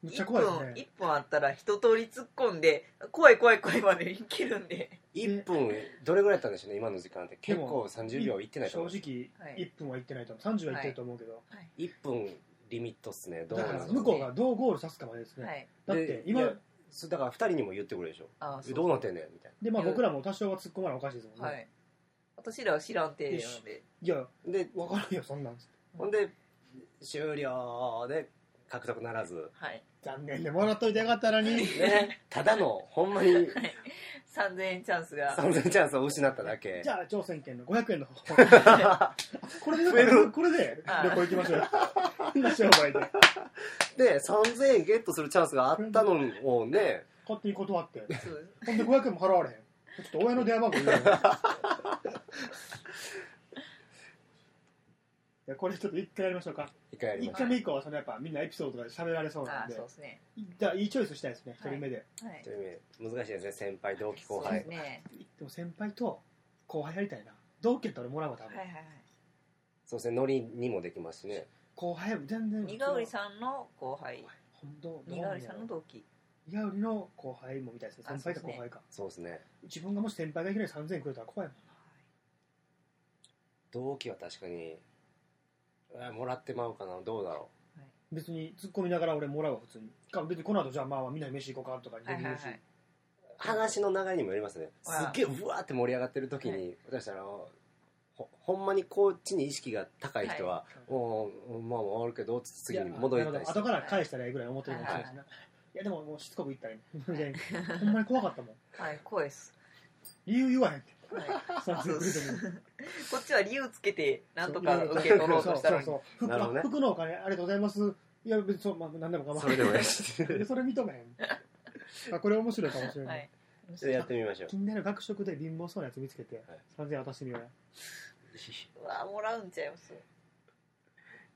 Speaker 1: めっちゃ
Speaker 3: 1
Speaker 1: 怖いです
Speaker 3: 分
Speaker 1: ね
Speaker 3: 一分あったら一通り突っ込んで怖い怖い怖いまでいけるんで
Speaker 2: 1分、どれぐらいだったんでしょうね、今の時間って。結構30秒いってないと
Speaker 1: 正
Speaker 2: 思う。
Speaker 1: 直、
Speaker 3: はい
Speaker 1: 1分は行ってないと思う30は行ってると思うけど、
Speaker 2: 1分リミットっすね、どう
Speaker 1: だ
Speaker 2: な
Speaker 1: から
Speaker 2: の
Speaker 1: 向こうがどうゴールさすかまでですね、
Speaker 3: はい
Speaker 1: だっ
Speaker 2: で
Speaker 1: て今
Speaker 2: いやそうだから2人にも言ってくれるでしょ
Speaker 3: あ
Speaker 2: えどうなって
Speaker 3: ん
Speaker 2: んねんみたい
Speaker 1: で、まあ、僕らも多少は突っ込まなおかしいですもんね、、
Speaker 3: はいい私らは知らん程度なんで
Speaker 1: や
Speaker 2: なで
Speaker 1: 分からんよそんなん
Speaker 2: ほんで終了で獲得ならず
Speaker 3: はい
Speaker 1: 残念でもらっといてよかったのに
Speaker 2: ねただのほんまに
Speaker 3: 3000円チャンスが
Speaker 2: 3000チャンスを失っただけ
Speaker 1: じゃあ挑戦権の500円の方これで
Speaker 2: 増える
Speaker 1: これで
Speaker 3: ああ
Speaker 1: 旅行行きましょうよこんな商売で
Speaker 2: で3000円ゲットするチャンスがあったのをね
Speaker 1: 勝手に断って
Speaker 3: そうです
Speaker 1: ほんで500円も払われへんちょっと親の電話番号言うよいやこれちょっと一回やりましょうか
Speaker 2: 一回やり
Speaker 1: 1
Speaker 2: ました
Speaker 1: 回目以降はそのやっぱみんなエピソードとかで喋られそうなん
Speaker 3: あー
Speaker 1: で
Speaker 3: そうですね
Speaker 1: じゃあいいチョイスしたいですね、一
Speaker 3: はい
Speaker 1: 人目で
Speaker 3: はい
Speaker 2: という意味で難しいですね先輩同期
Speaker 3: そ
Speaker 2: 後
Speaker 3: うで
Speaker 2: 輩
Speaker 3: すね
Speaker 1: でも先輩と後輩やりたいな同期やったら俺もらうわ多分、
Speaker 3: はいはいはい
Speaker 2: そうですねノリにもできますしね
Speaker 1: 後輩全然
Speaker 3: にがおりさんの後輩
Speaker 1: ほんとどう
Speaker 3: にがおりさんの
Speaker 1: 同
Speaker 3: 同期
Speaker 1: にがおりの後輩もみたいですね
Speaker 3: あ
Speaker 1: 先輩か後輩か、
Speaker 2: そうですね
Speaker 1: 自分がもし先輩がいきなり3000円くれたら怖いもん
Speaker 2: 同期は確かにあもらってまうかなどうだろ
Speaker 1: 別に突っ込みながら俺もらうわ普通にか別にこの後じゃあまあみんなで飯行こうかとか
Speaker 3: は
Speaker 1: で
Speaker 3: い
Speaker 1: き
Speaker 3: はい
Speaker 1: る
Speaker 3: は
Speaker 1: し、
Speaker 3: い
Speaker 2: うん話の流れにもよりますねす
Speaker 3: わあ
Speaker 2: っげえうわーって盛り上がってる時に、
Speaker 3: は
Speaker 2: 私あのほほんまにこっちに意識が高い人は、
Speaker 1: は
Speaker 2: おーまあ終わるけどつって次に
Speaker 1: いや
Speaker 2: 戻りたい
Speaker 1: なる
Speaker 2: し
Speaker 1: ほど後から返したらええぐらい思ってるかもしれないしな、いやでももうしつこく言った らいいねほんまに怖かったもん
Speaker 3: はい怖いです
Speaker 1: 理由言わへんって
Speaker 3: はい
Speaker 1: 3000円く れても
Speaker 3: こっちは理由つけてなんとか受け取ろうとしたのに
Speaker 1: そうそうそう
Speaker 2: なるほ
Speaker 1: 服
Speaker 2: どね
Speaker 1: あ服のお金ありがとうございますいや別にそう、まあ、何でも構わ
Speaker 2: それでも
Speaker 1: な
Speaker 2: や
Speaker 1: い
Speaker 2: し
Speaker 1: でそれ認めへんあこれ面白いかもしれない、
Speaker 3: はい
Speaker 2: それやってみましょう
Speaker 1: 気になる学食で貧乏そうなやつ見つけて、3000円渡してみようや
Speaker 3: うわもらうんちゃいます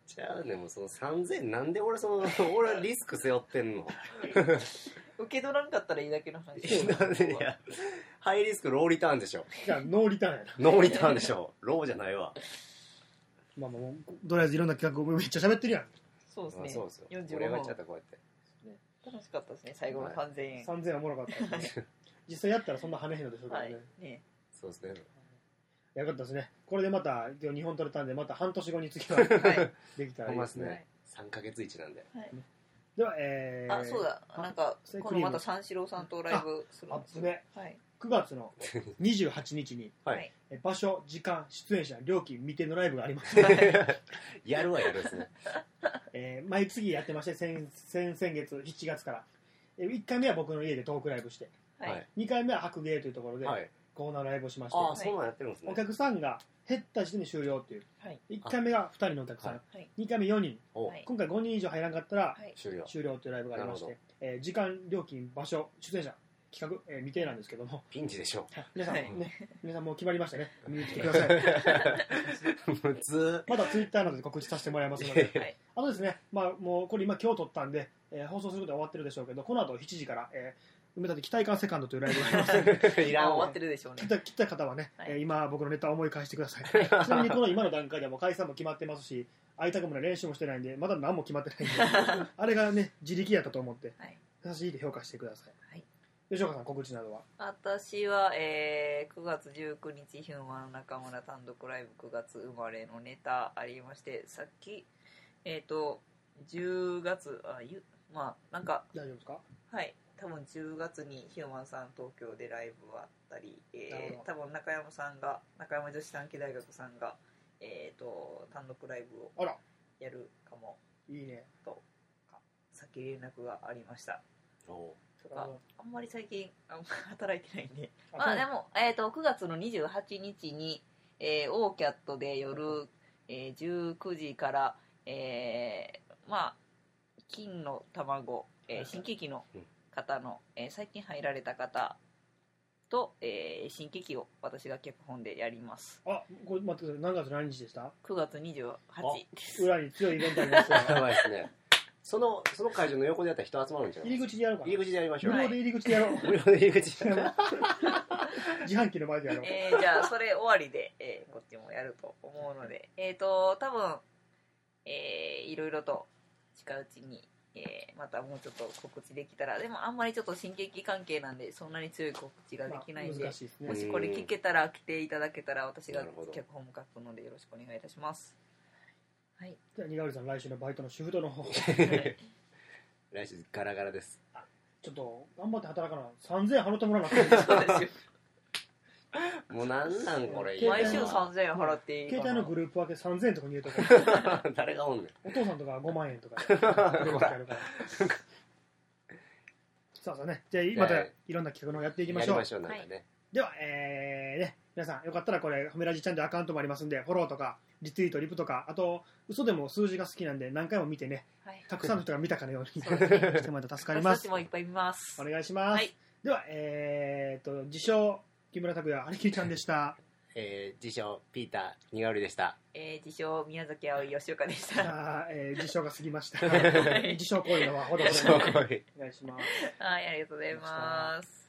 Speaker 2: じゃあでもその3000なんで俺その俺はリスク背負ってんの
Speaker 3: 受け取らんかったらいいだけの話
Speaker 2: なんで いやハイリスクローリターンでしょ
Speaker 1: じゃあノーリターンやな
Speaker 2: ノーリターンでしょローじゃないわ
Speaker 1: まあまあもうとりあえずいろんな企画をめっちゃ喋ってるやん
Speaker 3: そうです
Speaker 2: あ
Speaker 3: ね
Speaker 2: そうですよ盛り上
Speaker 3: 45
Speaker 2: がっちゃ
Speaker 3: 本
Speaker 2: ったこうやって
Speaker 3: 楽しかったですね最後の3000円
Speaker 1: 3000円おもろかったですね実際やったらそんな跳ねへんのでしょうけど
Speaker 3: は
Speaker 1: ね、
Speaker 3: いね
Speaker 2: そうですね
Speaker 1: よかったですねこれでまた今日2本取れたんでまた半年後に次は
Speaker 3: はい
Speaker 1: できたら
Speaker 2: ほ
Speaker 1: いい
Speaker 2: んま
Speaker 1: で
Speaker 2: っ
Speaker 1: す
Speaker 2: す
Speaker 1: ね
Speaker 2: ね3ヶ月1なんで
Speaker 1: ではえー、
Speaker 3: あそうだなんか
Speaker 1: それ
Speaker 3: 今
Speaker 1: クリ
Speaker 3: 度
Speaker 1: ーム
Speaker 3: また三四郎さんとライブするんです
Speaker 1: あね
Speaker 3: はい
Speaker 1: 9月の28日に
Speaker 2: はい
Speaker 1: え場所時間出演者料金未定のライブがあります、
Speaker 2: やるはやるですね
Speaker 1: えー、毎月やってまして先先先月7月から1回目は僕の家でトークライブして
Speaker 3: はい
Speaker 2: はい
Speaker 1: 2回目は白芸というところで
Speaker 2: はい
Speaker 1: コーナーライブをしまして、
Speaker 2: ああそんなんやってるんですね
Speaker 1: お客さんが減った時点で終了っていう、
Speaker 3: はい
Speaker 1: 1回目が2人のお客さん、
Speaker 2: は
Speaker 3: はい
Speaker 1: 2回目4人
Speaker 2: お
Speaker 3: はい
Speaker 1: 今回5人以上入らなかったら、
Speaker 3: はい
Speaker 2: 終了
Speaker 1: 終了というライブがありまし
Speaker 2: な
Speaker 1: て
Speaker 2: る、
Speaker 1: えー時間、料金、場所、出演者、企画、えー未定なんですけども、
Speaker 2: ピンチでしょ
Speaker 1: 皆さん、
Speaker 3: はい
Speaker 1: ね、皆さんもう決まりましたね、見に来てください。
Speaker 2: 普通
Speaker 1: まだツイッターなどで告知させてもらいますの で、
Speaker 3: はい
Speaker 1: あとですね、まあ、もうこれ今、今日撮ったんで、えー放送することは終わってるでしょうけど、この後7時から、えー埋め立て期待感セカンドというライブがありますので、
Speaker 2: い
Speaker 3: あ
Speaker 2: らん
Speaker 3: 終わ
Speaker 2: わ
Speaker 3: ってるでしょう
Speaker 1: 来
Speaker 3: ね
Speaker 1: た来た方はね、
Speaker 3: はい
Speaker 1: えー今、僕のネタを思い返してください。ちなみにこの今の段階ではもう解散も決まってますし、会いたくもない練習もしてないんで、まだ何も決まってないんで、あれがね、自力やったと思って
Speaker 3: はい、
Speaker 1: 優しいで評価してください。
Speaker 3: はい
Speaker 1: 吉岡さん、告知などは
Speaker 3: 私は、えー9月19日ヒューマン中村単独ライブ9月生まれのネタありましてさっきえっ、と10月あゆまあなんか
Speaker 1: 大丈夫ですか
Speaker 3: はい多分10月にヒューマンさん東京でライブあったり、
Speaker 1: なる
Speaker 3: え
Speaker 1: ほ
Speaker 3: ー、多分中山さんが中山女子短期大学さんが、えー、と単独ライブを
Speaker 1: あら、
Speaker 3: やるかも
Speaker 1: いいね。
Speaker 3: さっき連絡がありました
Speaker 2: お
Speaker 3: とかあんまり最近あんま働いてないんで
Speaker 1: あ
Speaker 3: まあで
Speaker 1: も、
Speaker 3: も、えー、と9月の28日に、えー、オーキャットで夜、えー、19時から、えーまあ、金の卵、えー新喜劇の方の、えー最近入られた方と、えー新喜劇を私が脚本でやります
Speaker 1: あ、これ待ってください。何月何日でした
Speaker 3: 9月28です
Speaker 1: 裏に強いイベントあります よ。
Speaker 2: やばいですねそのその会場の横でやったら人集まるんじゃない
Speaker 1: 入り口でやろうかな。
Speaker 2: 入り口でやりましょう
Speaker 1: 無
Speaker 3: は
Speaker 1: 料
Speaker 3: い
Speaker 1: で入り口でやろう。
Speaker 2: 無料で入り口で
Speaker 1: 自販機の前でやろう。
Speaker 3: えーじゃあそれ終わりで、えーこっちもやると思うのでえっ、と多分えーいろいろと近いうちに、えーまたもうちょっと告知できたらでもあんまりちょっと新劇関係なんでそんなに強い告知ができないんで、
Speaker 1: まあ難しいですね
Speaker 3: も。しこれ聞けたら来ていただけたら私が
Speaker 2: なるほど
Speaker 3: 脚本も書くのでよろしくお願いいた しますはい
Speaker 1: じゃあ、にがおりさん、来週のバイトのシフトの方、
Speaker 2: 来週ガラガラです
Speaker 1: ちょっと、頑張って働かな。3000円払ってもらわな あかった。
Speaker 3: そうですよ
Speaker 2: もうなんなんこれ
Speaker 3: 毎
Speaker 1: 携帯
Speaker 3: 週
Speaker 1: の
Speaker 3: 3000円払っていいか
Speaker 1: 携
Speaker 3: な
Speaker 1: 帯のグループ分け3000円とかに入れとこう
Speaker 2: 誰がおんねん
Speaker 1: お父さんとかは5万円とかでグループやるからそうそうねじゃあまた
Speaker 2: はい
Speaker 1: いろんな企画の方やっていきま
Speaker 2: や
Speaker 1: し
Speaker 2: り
Speaker 1: ょう
Speaker 2: ましょうなんかね
Speaker 1: ではえー、ね皆さんよかったらこれ褒めラジチャンネルアカウントもありますんでフォローとかリツイートリプとかあと嘘でも数字が好きなんで何回も見てね
Speaker 3: はい
Speaker 1: たくさんの人が見たかのように
Speaker 3: そうですね
Speaker 1: してもらえたら助かりま
Speaker 3: 私た
Speaker 1: す
Speaker 3: ちもいっぱい見ます
Speaker 1: お願いします、
Speaker 3: はい
Speaker 1: ではえー、と自称木村拓哉ありきりちゃんでした
Speaker 2: えー自称ピーターにがおりでした
Speaker 3: えー自称宮崎あおい吉岡でし
Speaker 1: じ
Speaker 3: た
Speaker 1: ゃあ、えー、自称が過ぎました
Speaker 3: い
Speaker 1: 自称行為のはほどほどにお願いします
Speaker 3: はい、ありがとうございます。